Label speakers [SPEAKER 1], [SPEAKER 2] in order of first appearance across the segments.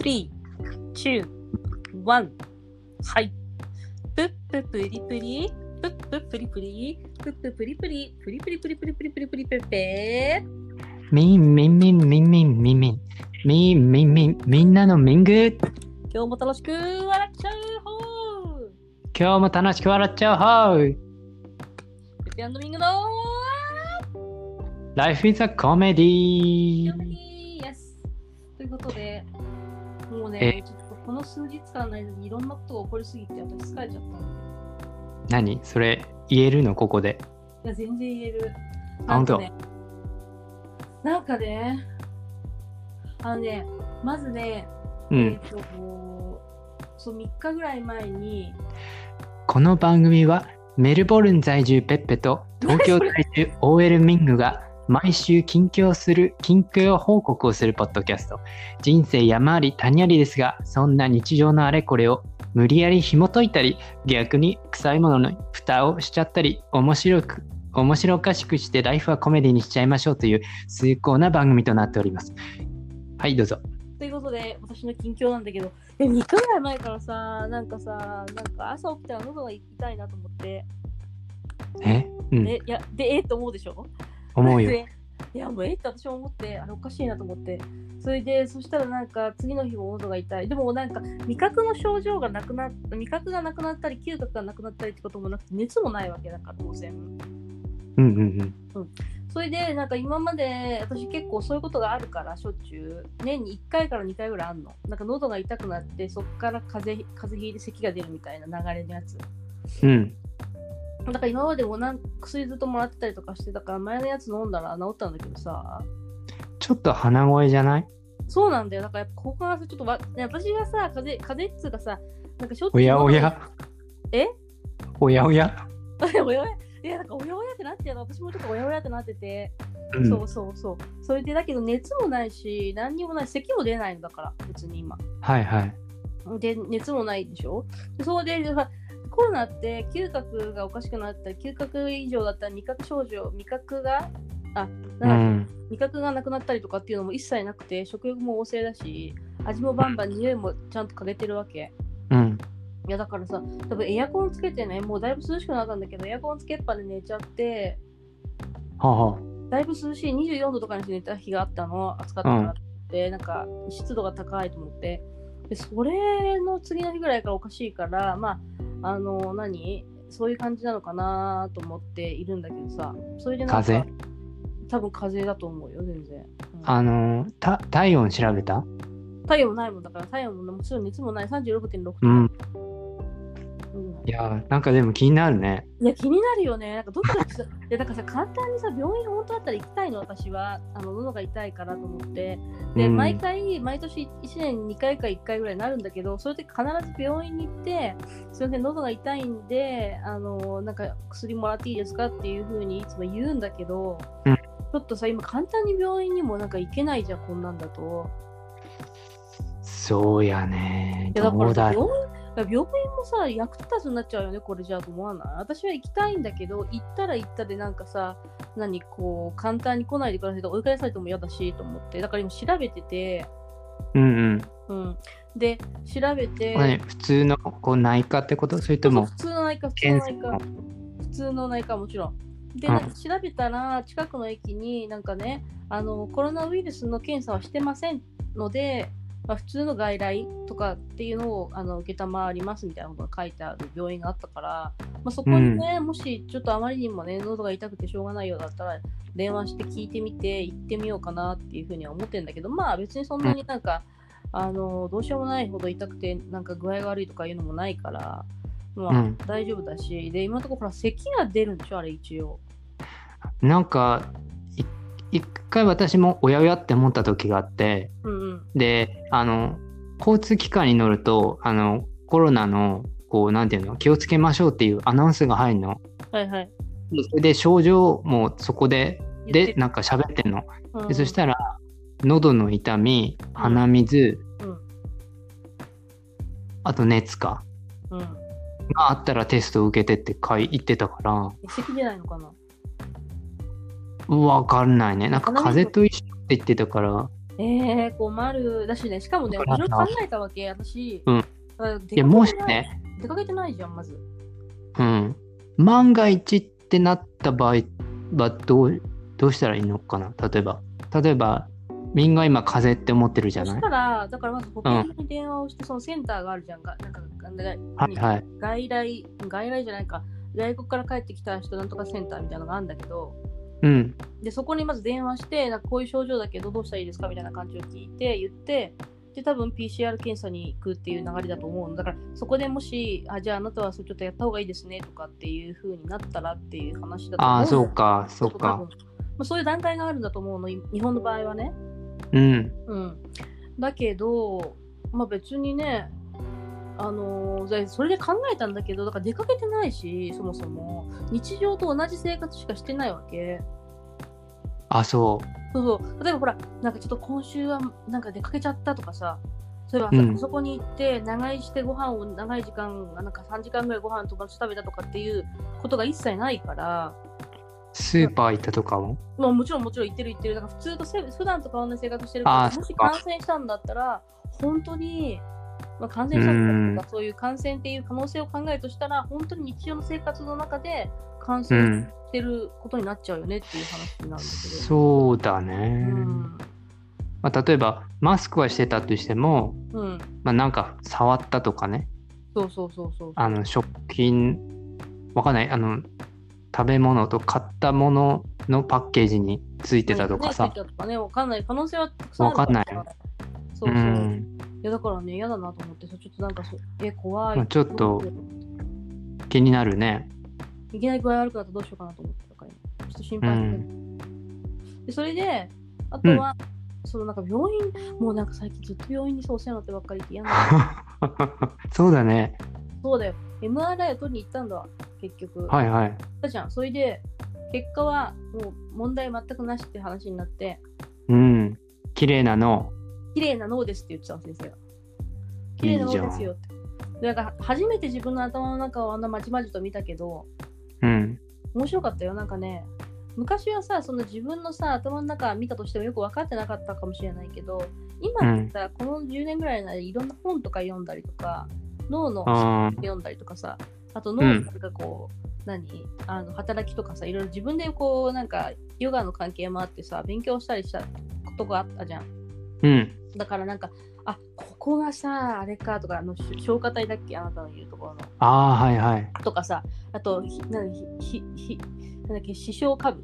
[SPEAKER 1] 3、2、1。はい。ぷっぷぷりぷり。ぷっぷぷりぷり。ぷっぷぷりぷり。ぷりぷりぷりぷりぷりぷりぷりぷりぺー。
[SPEAKER 2] みんみんみんみんみんみんみんみんみんみんみんなのミング
[SPEAKER 1] 今日も楽しく笑っちゃうほー。
[SPEAKER 2] 今日も楽しく笑っちゃおう
[SPEAKER 1] ペペアンドミングの
[SPEAKER 2] !Life is a comedy!
[SPEAKER 1] ーメディー Yes! ということで、もう
[SPEAKER 2] え
[SPEAKER 1] ね、ちょっとこの数日間の間にいろんなことが起こりすぎて、私疲れちゃったの。
[SPEAKER 2] 何それ言えるのここで。
[SPEAKER 1] いや、全然言える。
[SPEAKER 2] あ
[SPEAKER 1] なんかねなんかね、あのね、まずね、
[SPEAKER 2] う
[SPEAKER 1] えっ
[SPEAKER 2] ん。
[SPEAKER 1] とこうそう3日ぐらい前に、
[SPEAKER 2] この番組はメルボルン在住ペッペと東京在住 OL ミングが毎週近況する近況報告をするポッドキャスト人生山あり谷ありですがそんな日常のあれこれを無理やり紐解いたり逆に臭いものの蓋をしちゃったり面白く面白おかしくしてライフはコメディにしちゃいましょうという崇高な番組となっておりますはいどうぞ
[SPEAKER 1] ということで、私の近況なんだけど、え3日ぐらい前からさ、なんかさ、なんか朝起きたら喉が痛いなと思って、
[SPEAKER 2] えうん
[SPEAKER 1] え、いや、で、えー、と思うでしょ
[SPEAKER 2] 思うよ
[SPEAKER 1] でいやもうええって私も思ってあれおかしいなと思ってそれでそしたらなんか次の日も喉が痛いでもなんか味覚の症状がなくなっ味覚がなくなったり嗅覚がなくなったりってこともなくて熱もないわけだから当然
[SPEAKER 2] うんうん
[SPEAKER 1] それでなんか今まで私結構そういうことがあるからしょっちゅう年に1回から2回ぐらいあんのなんか喉が痛くなってそっから風邪風邪ひいて咳が出るみたいな流れのやつ
[SPEAKER 2] うんうん
[SPEAKER 1] だから今までもなんか薬ずっともらってたりとかしてたから前のやつ飲んだら治ったんだけどさ
[SPEAKER 2] ちょっと鼻声じゃない
[SPEAKER 1] そうなんだよ。だからやっぱ股関節ちょっとわ、ね私がさ、風邪、風邪っつうかさ、なんかしょっちゅう。
[SPEAKER 2] おやおや。
[SPEAKER 1] え
[SPEAKER 2] おやおや。
[SPEAKER 1] おやおや。いや、なんかおやおやってなってる私もちょっとおやおやってなってて、
[SPEAKER 2] うん
[SPEAKER 1] そうそうそう。それでだけど熱もないし、何にもない、咳も出ないのだから、別に今。
[SPEAKER 2] はいはい。
[SPEAKER 1] で、熱もないでしょでそうで、さコロナって嗅覚がおかしくなったり、嗅覚以上だったら味覚症状、味覚が、あ、
[SPEAKER 2] う
[SPEAKER 1] なんか
[SPEAKER 2] ん。
[SPEAKER 1] 味覚がなくなったりとかっていうのも一切なくて、食欲も旺盛だし、味もバンバン、匂いもちゃんと嗅げてるわけ。
[SPEAKER 2] うん。
[SPEAKER 1] いやだからさ、多分エアコンつけてね、もうだいぶ涼しくなったんだけど、エアコンつけっぱで寝ちゃって、
[SPEAKER 2] はは。
[SPEAKER 1] だいぶ涼しい、24度とかにして寝た日があったの、暑かったからって、なんか湿度が高いと思って、でそれの次の日ぐらいからおかしいから、まあ、あの、何そういう感じなのかなと思っているんだけどさ、それでなんか、
[SPEAKER 2] 風邪
[SPEAKER 1] 多分風邪だと思うよ、全然。うん
[SPEAKER 2] あのーた体温調べた？
[SPEAKER 1] 体温ないもんだから、体温ももちろん熱もない、36.6度、
[SPEAKER 2] う
[SPEAKER 1] うんん。
[SPEAKER 2] いやーなんかでも気になるね。
[SPEAKER 1] いや気になるよね、なんかどっかでいやだからさ、簡単にさ、病院本当だったら行きたいの、私は、あの喉が痛いからと思って、で、
[SPEAKER 2] うん
[SPEAKER 1] 毎回、毎年1年に2回か1回ぐらいになるんだけど、それで必ず病院に行って、すいません、喉が痛いんで、あのなんか薬もらっていいですかっていうふうにいつも言うんだけど、
[SPEAKER 2] うん
[SPEAKER 1] ちょっとさ、今、簡単に病院にもなんか行けないじゃん、こんなんだと。
[SPEAKER 2] そうやね。
[SPEAKER 1] いやだか
[SPEAKER 2] どう
[SPEAKER 1] らさ
[SPEAKER 2] だ
[SPEAKER 1] 病
[SPEAKER 2] ろ
[SPEAKER 1] 院だから病院もさ役立たずになっちゃうよねこれじゃあと思わない私は行きたいんだけど行ったら行ったでなんかさ何こう簡単に来ないでくださいとか追い返されても嫌だしと思ってだから今調べてて、
[SPEAKER 2] う。うんうん。
[SPEAKER 1] うん、で調べて、
[SPEAKER 2] これね普通のこう内科ってこと？それとも
[SPEAKER 1] 普通の内科普通の
[SPEAKER 2] 検
[SPEAKER 1] 内
[SPEAKER 2] 査
[SPEAKER 1] 科
[SPEAKER 2] の？
[SPEAKER 1] 普通の内科もちろん。で、
[SPEAKER 2] うん
[SPEAKER 1] なんか調べたら、近くの駅になんかね、あのコロナウイルスの検査はしてませんので、まあ、普通の外来とかっていうのをあの承りますみたいなことが書いてある病院があったから、まあ、そこにね、もしちょっとあまりにもね、喉が痛くてしょうがないようだったら、電話して聞いてみて、行ってみようかなっていうふうには思ってるんだけど、まあ別にそんなになんか、あのどうしようもないほど痛くて、なんか具合が悪いとかいうのもないから、まあ、
[SPEAKER 2] うん
[SPEAKER 1] 大丈夫だし、で、今のところほら、咳が出るんでしょ、あれ一応。
[SPEAKER 2] なんかい一回私もおやおやって思った時があって、
[SPEAKER 1] うんうん。
[SPEAKER 2] であの交通機関に乗るとあのコロナのこうなんていうの気をつけましょうっていうアナウンスが入るの。
[SPEAKER 1] はいはい。
[SPEAKER 2] それで症状もそこで
[SPEAKER 1] 言って
[SPEAKER 2] で
[SPEAKER 1] る
[SPEAKER 2] なんか喋ってんの、
[SPEAKER 1] うん
[SPEAKER 2] でそしたら喉の痛み鼻水、
[SPEAKER 1] うん
[SPEAKER 2] あと熱か
[SPEAKER 1] うん。
[SPEAKER 2] があったらテストを受けてって書い言ってたから
[SPEAKER 1] え咳出ないのかな
[SPEAKER 2] 分かんないねなんか
[SPEAKER 1] 鼻水
[SPEAKER 2] 風邪と一緒って言ってたから
[SPEAKER 1] えー、困る。だしね、しかもね、い
[SPEAKER 2] だ
[SPEAKER 1] ろ
[SPEAKER 2] から
[SPEAKER 1] いろ考えたわけ、私。
[SPEAKER 2] うん
[SPEAKER 1] あ。
[SPEAKER 2] い
[SPEAKER 1] 出かけてな
[SPEAKER 2] や
[SPEAKER 1] い
[SPEAKER 2] もしね、
[SPEAKER 1] 出かけてないじゃん、まず。
[SPEAKER 2] うん、万が一ってなった場合はどうどうしたらいいのかな例えば例えばみんな今風邪って思ってるじゃ
[SPEAKER 1] そ
[SPEAKER 2] な
[SPEAKER 1] し
[SPEAKER 2] い
[SPEAKER 1] たら、だからまず保険に電話をして、そのセンターがあるじゃんか。なんか、なんだ
[SPEAKER 2] はいはい
[SPEAKER 1] 外来、外来じゃないか。外国から帰ってきた人なんとかセンターみたいなのがあるんだけど、
[SPEAKER 2] うん
[SPEAKER 1] で、そこにまず電話して、なんかこういう症状だけど、どうしたらいいですかみたいな感じを聞いて、言って、で、多分 PCR 検査に行くっていう流れだと思うの。だから、そこでもし、あ、じゃああなたはそれちょっとやった方がいいですねとかっていう風になったらっていう話だと思う
[SPEAKER 2] あ
[SPEAKER 1] の。
[SPEAKER 2] あそうかそう
[SPEAKER 1] 多分
[SPEAKER 2] か。
[SPEAKER 1] まあ、そういう段階があるんだと思うの、い日本の場合はね。
[SPEAKER 2] うん
[SPEAKER 1] うん、だけど、まあ、別にね、あのーでそれで考えたんだけどだから出かけてないしそもそも日常と同じ生活しかしてないわけ
[SPEAKER 2] あそ
[SPEAKER 1] そうそう例えばほらなんかちょっと今週はなんか出かけちゃったとかさそういえば
[SPEAKER 2] うん
[SPEAKER 1] あそこに行って長居してご飯を長い時間なんか3時間ぐらいご飯友達と食べたとかっていうことが一切ないから、
[SPEAKER 2] うスーパー行ったとかも
[SPEAKER 1] まあ、もちろんもちろん行ってる行ってるなんか普通とせ普段と変わらない生活してる
[SPEAKER 2] あ
[SPEAKER 1] か
[SPEAKER 2] ー
[SPEAKER 1] らもし
[SPEAKER 2] そっか
[SPEAKER 1] 感染したんだったら本当に、まあ、感染したんだとかそういう感染っていう可能性を考えるとしたら本当に日常の生活の中で感
[SPEAKER 2] う
[SPEAKER 1] 染
[SPEAKER 2] ん
[SPEAKER 1] してることになっちゃうよねっていう話になるんだけど。
[SPEAKER 2] そうだね、
[SPEAKER 1] うん
[SPEAKER 2] まあ、例えばマスクはしてたとしても、
[SPEAKER 1] うん、
[SPEAKER 2] まあ、なんか触ったとかね
[SPEAKER 1] そうそうそうそう。
[SPEAKER 2] あの食品わかんないあの食べ物と買ったもののパッケージについてたとか
[SPEAKER 1] ね
[SPEAKER 2] さ
[SPEAKER 1] つい、てたとかね、わかんない。可能性はたくさんあるらさ
[SPEAKER 2] わ
[SPEAKER 1] そう
[SPEAKER 2] う
[SPEAKER 1] そう。い
[SPEAKER 2] ん、
[SPEAKER 1] や、だからね、嫌だなと思って、そうちょっとなんかそう、え、怖
[SPEAKER 2] まあ
[SPEAKER 1] い。
[SPEAKER 2] ちょっと気になるね
[SPEAKER 1] いきなり具合悪くなったらどうしようかなと思ってたから、ちょっと心配してる、
[SPEAKER 2] う
[SPEAKER 1] でそれで、あとは、そのなんか病院、もうなんか最近ずっと病院にそうお世話になってばっかりって嫌なの
[SPEAKER 2] そうだね
[SPEAKER 1] そうだよ。MRI を取りに行ったんだわ、結局。
[SPEAKER 2] はいはい
[SPEAKER 1] 行ったじゃん。それで、結果はもう問題全くなしって話になって、
[SPEAKER 2] うん綺麗なの
[SPEAKER 1] 綺麗な脳ですって言ってたの先生が。綺
[SPEAKER 2] い
[SPEAKER 1] 麗ない
[SPEAKER 2] じゃ
[SPEAKER 1] 脳です
[SPEAKER 2] ん
[SPEAKER 1] よって。でなんか初めて自分の頭の中をあんなまじまじと見たけど、
[SPEAKER 2] うん
[SPEAKER 1] 面白かったよなんかね昔はさその自分のさ頭の中見たとしてもよく分かってなかったかもしれないけど今ってさ、この10年ぐらいの間でいろんな本とか読んだりとか脳の
[SPEAKER 2] あー
[SPEAKER 1] 読んだりとかさあと脳
[SPEAKER 2] うん
[SPEAKER 1] なんかこう、何あの働きとかさいろいろ自分でこうなんかヨガの関係もあってさ勉強したりしたことがあったじゃん
[SPEAKER 2] うん
[SPEAKER 1] だからなんかあここがさあれかとかあのし消化体だっけあなたの言うところの
[SPEAKER 2] ああはいはい
[SPEAKER 1] とかさあとひなんひひひなんだっけ視床下部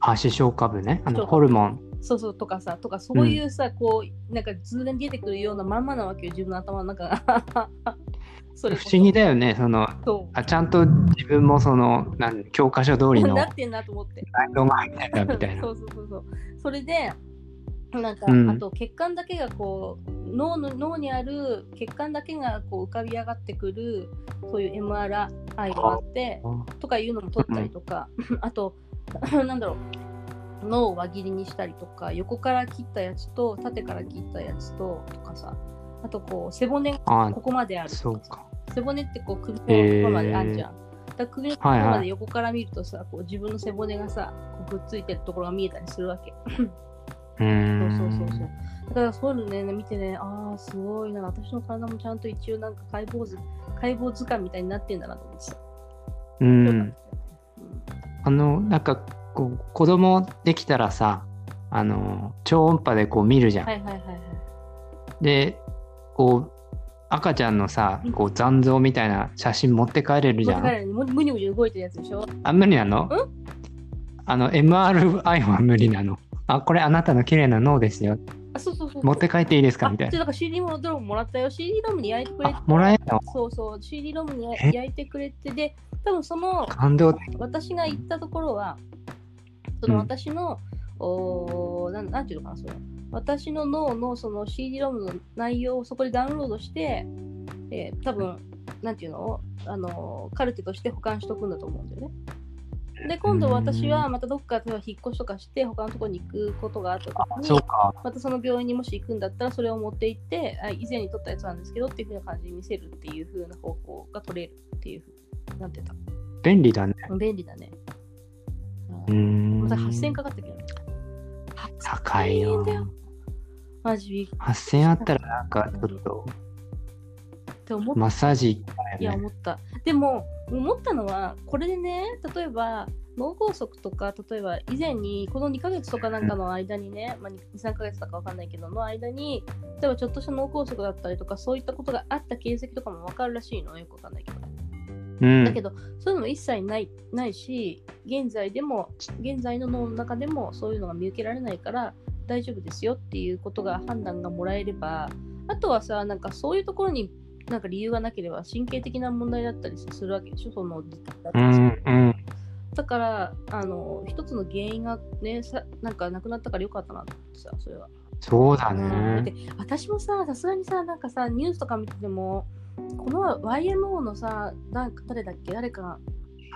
[SPEAKER 2] あ視床下部ねあ
[SPEAKER 1] そ
[SPEAKER 2] の
[SPEAKER 1] う
[SPEAKER 2] ホルモン
[SPEAKER 1] そうそうとかさとかそういうさ、こうなんか図に出てくるようなまんまなわけよ自分の頭の中が そ
[SPEAKER 2] 不思議
[SPEAKER 1] だ
[SPEAKER 2] だよねその
[SPEAKER 1] と
[SPEAKER 2] あちゃんと自分もそのなん教科書通り の
[SPEAKER 1] なってんなと思って
[SPEAKER 2] 内容が入ってたみたい な
[SPEAKER 1] そ。うそうそうそうそれでなんか、
[SPEAKER 2] うん
[SPEAKER 1] あと血管だけがこう脳の脳にある血管だけがこう浮かび上がってくるそういう MRI があってとかいうのも撮ったりとか、 あとなんだろう脳を輪切りにしたりとか横から切ったやつと縦から切ったやつととかさあとこう背骨が
[SPEAKER 2] あ
[SPEAKER 1] ここまであると
[SPEAKER 2] そう
[SPEAKER 1] さ
[SPEAKER 2] か。
[SPEAKER 1] 背骨ってこう首のところまであるじゃん、だから首のところまで横から見るとさ、こう自分の背骨がさこうくっついてるところが見えたりするわけ
[SPEAKER 2] うーん
[SPEAKER 1] そうそうそうそう。だからそういうのね、見てね、ああ、すごいな、私の体もちゃんと一応なんか解剖図、解剖図鑑みたいになってんだなと思ってさ。
[SPEAKER 2] う
[SPEAKER 1] うんん。
[SPEAKER 2] あのなんかこう子供できたらさあの超音波でこう見るじゃん。
[SPEAKER 1] はいはいはいはい。
[SPEAKER 2] でこう赤ちゃんのさこう残像みたいな写真持って帰れるじゃん。
[SPEAKER 1] ん。むにむに動いてるやつでしょ
[SPEAKER 2] あ無理なの
[SPEAKER 1] ん？
[SPEAKER 2] あの MRI は無理なの。あこれあなたの綺麗な脳ですよ。
[SPEAKER 1] あ、そうそうそう。
[SPEAKER 2] 持って帰っていいですか
[SPEAKER 1] あ
[SPEAKER 2] みたい
[SPEAKER 1] ちょ
[SPEAKER 2] な。
[SPEAKER 1] っとなんか CD もドローンもらったよ。CD ロムに焼いてくれて
[SPEAKER 2] あ。もらえるの
[SPEAKER 1] そうそう。CD ロムに
[SPEAKER 2] え
[SPEAKER 1] 焼いてくれて、で、多分その、
[SPEAKER 2] 感動
[SPEAKER 1] 私が行ったところは、そ
[SPEAKER 2] うん
[SPEAKER 1] の私の、おーなんなんていうのかな、それ。私の脳のその CD ロムの内容をそこでダウンロードして、えー、多分なんていうのあのーカルテとして保管しとくんだと思うんだよね。で、今度私はまたどっか、例えば引っ越しとかして、他のところに行くことがあった
[SPEAKER 2] あ
[SPEAKER 1] 時
[SPEAKER 2] そう
[SPEAKER 1] に、
[SPEAKER 2] か。
[SPEAKER 1] またその病院にもし行くんだったら、それを持って行って、あ以前に撮ったやつなんですけどっていうふうな感じに見せるっていうふうな方法が取れるっていうふうになってた。
[SPEAKER 2] 便利だね。
[SPEAKER 1] 便利だね。
[SPEAKER 2] うーん
[SPEAKER 1] また8000円かかったけどね。
[SPEAKER 2] 高高いよ
[SPEAKER 1] 大変だよマジびっ
[SPEAKER 2] 8000あったらなんかちょっと
[SPEAKER 1] て思っ
[SPEAKER 2] マッサージ行きたい
[SPEAKER 1] いや
[SPEAKER 2] よね
[SPEAKER 1] 思ったでも思ったのはこれでね例えば脳梗塞とか例えば以前にこの2ヶ月とかなんかの間にね、まあ、23ヶ月とかわかんないけどの間に例えばちょっとした脳梗塞だったりとかそういったことがあった形跡とかもわかるらしいのよくわかんないけど
[SPEAKER 2] う
[SPEAKER 1] だけ
[SPEAKER 2] ん
[SPEAKER 1] どそういうのも一切ないないし現在でも現在の脳の中でもそういうのが見受けられないから大丈夫ですよっていうことが判断がもらえればあとはさなんかそういうところになんか理由がなければ神経的な問題だったりするわけでしょその
[SPEAKER 2] うんうん
[SPEAKER 1] だからあの一つの原因がねさなんかなくなったからよかったなってさそれは。
[SPEAKER 2] そうだ
[SPEAKER 1] うん
[SPEAKER 2] ね
[SPEAKER 1] で私もささすがにさなんかさニュースとか見ててもこの YMO のさなんか誰だっけ誰か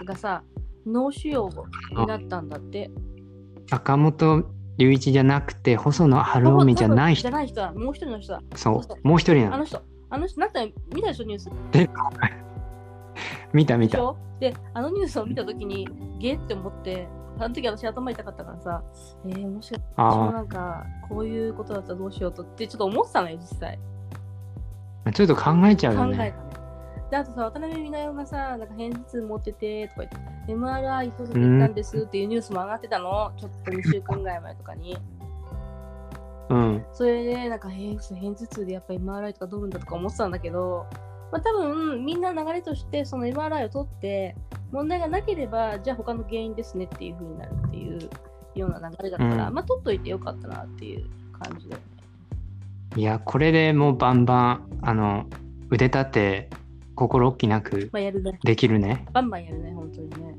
[SPEAKER 1] がさ脳腫瘍になったんだって
[SPEAKER 2] 坂本龍一じゃなくて細野晴臣じゃない
[SPEAKER 1] じ
[SPEAKER 2] 人
[SPEAKER 1] ゃない人だもう一人の人だ
[SPEAKER 2] そうもう一人な
[SPEAKER 1] あ
[SPEAKER 2] の
[SPEAKER 1] の人あの人なんか見たでしょニュース
[SPEAKER 2] 見た見
[SPEAKER 1] でしたょであのニュースを見た時にゲーって思ってあの時私頭痛かったからさえー、もし私も
[SPEAKER 2] あ
[SPEAKER 1] なんかこういうことだったらどうしようとってちょっと思ってたのよ実際
[SPEAKER 2] あちょっと考えちゃうよ
[SPEAKER 1] 考えたね
[SPEAKER 2] ね。
[SPEAKER 1] で、あとさ、渡辺美奈代がさ、なんか偏頭痛持っててとか言って、MRI 取ってきたんですっていうニュースも上がってたの、ちょっと2週間ぐらい前とかに。
[SPEAKER 2] うん
[SPEAKER 1] それで、なんか、偏頭痛偏頭痛でやっぱ MRI とか取るんだとか思ってたんだけど、まあ多分みんな流れとして、その MRI を取って、問題がなければ、じゃあ他の原因ですねっていう風になるっていうような流れだったから、
[SPEAKER 2] うん
[SPEAKER 1] まあ取っといてよかったなっていう感じで。
[SPEAKER 2] いやこれでもうバンバンあの腕立て心置きなく
[SPEAKER 1] まあやるね。
[SPEAKER 2] できるね。
[SPEAKER 1] バンバンやるね、本当にね。うん、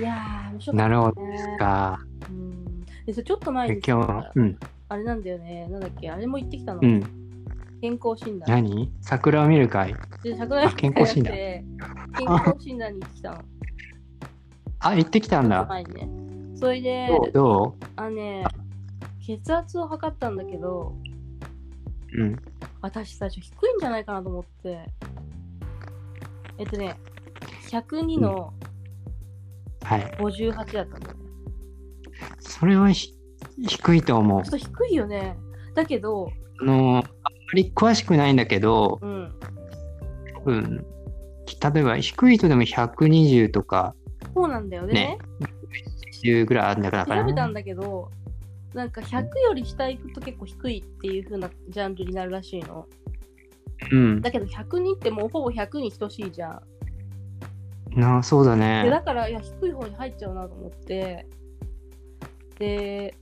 [SPEAKER 1] いやー、面白かったね
[SPEAKER 2] なるほどですか。
[SPEAKER 1] うんでそれちょっと前
[SPEAKER 2] で
[SPEAKER 1] にさ
[SPEAKER 2] 今日うん
[SPEAKER 1] あれなんだよね、なんだっけ、あれも行ってきたの、
[SPEAKER 2] うん
[SPEAKER 1] 健康診断。
[SPEAKER 2] 何桜を見る会
[SPEAKER 1] で、桜井
[SPEAKER 2] あ健康診断
[SPEAKER 1] 先生がやって健康診断に行ってきたの。
[SPEAKER 2] あ行ってきたんだ。
[SPEAKER 1] 前にね。それで、
[SPEAKER 2] どうど
[SPEAKER 1] あのね、血圧を測ったんだけど、
[SPEAKER 2] ううん
[SPEAKER 1] 私最初低いんじゃないかなと思って。えっとね、102の
[SPEAKER 2] はい
[SPEAKER 1] 58だったんだよね。
[SPEAKER 2] それはひ低いと思う
[SPEAKER 1] ちょっ。と低いよね。だけど、
[SPEAKER 2] あのあんまり詳しくないんだけど、
[SPEAKER 1] うん。
[SPEAKER 2] うん、例えば低い人でも120とか
[SPEAKER 1] そうなんだよね
[SPEAKER 2] ね10ぐらいあるんだからか
[SPEAKER 1] 調べたん
[SPEAKER 2] な。
[SPEAKER 1] だけどなんか100より下行くと結構低いっていう風なジャンルになるらしいの
[SPEAKER 2] うん、
[SPEAKER 1] だけど102ってもうほぼ100に等しいじゃん
[SPEAKER 2] なそうだ
[SPEAKER 1] でだ
[SPEAKER 2] ね。
[SPEAKER 1] からいや低い方に入っちゃうなと思ってで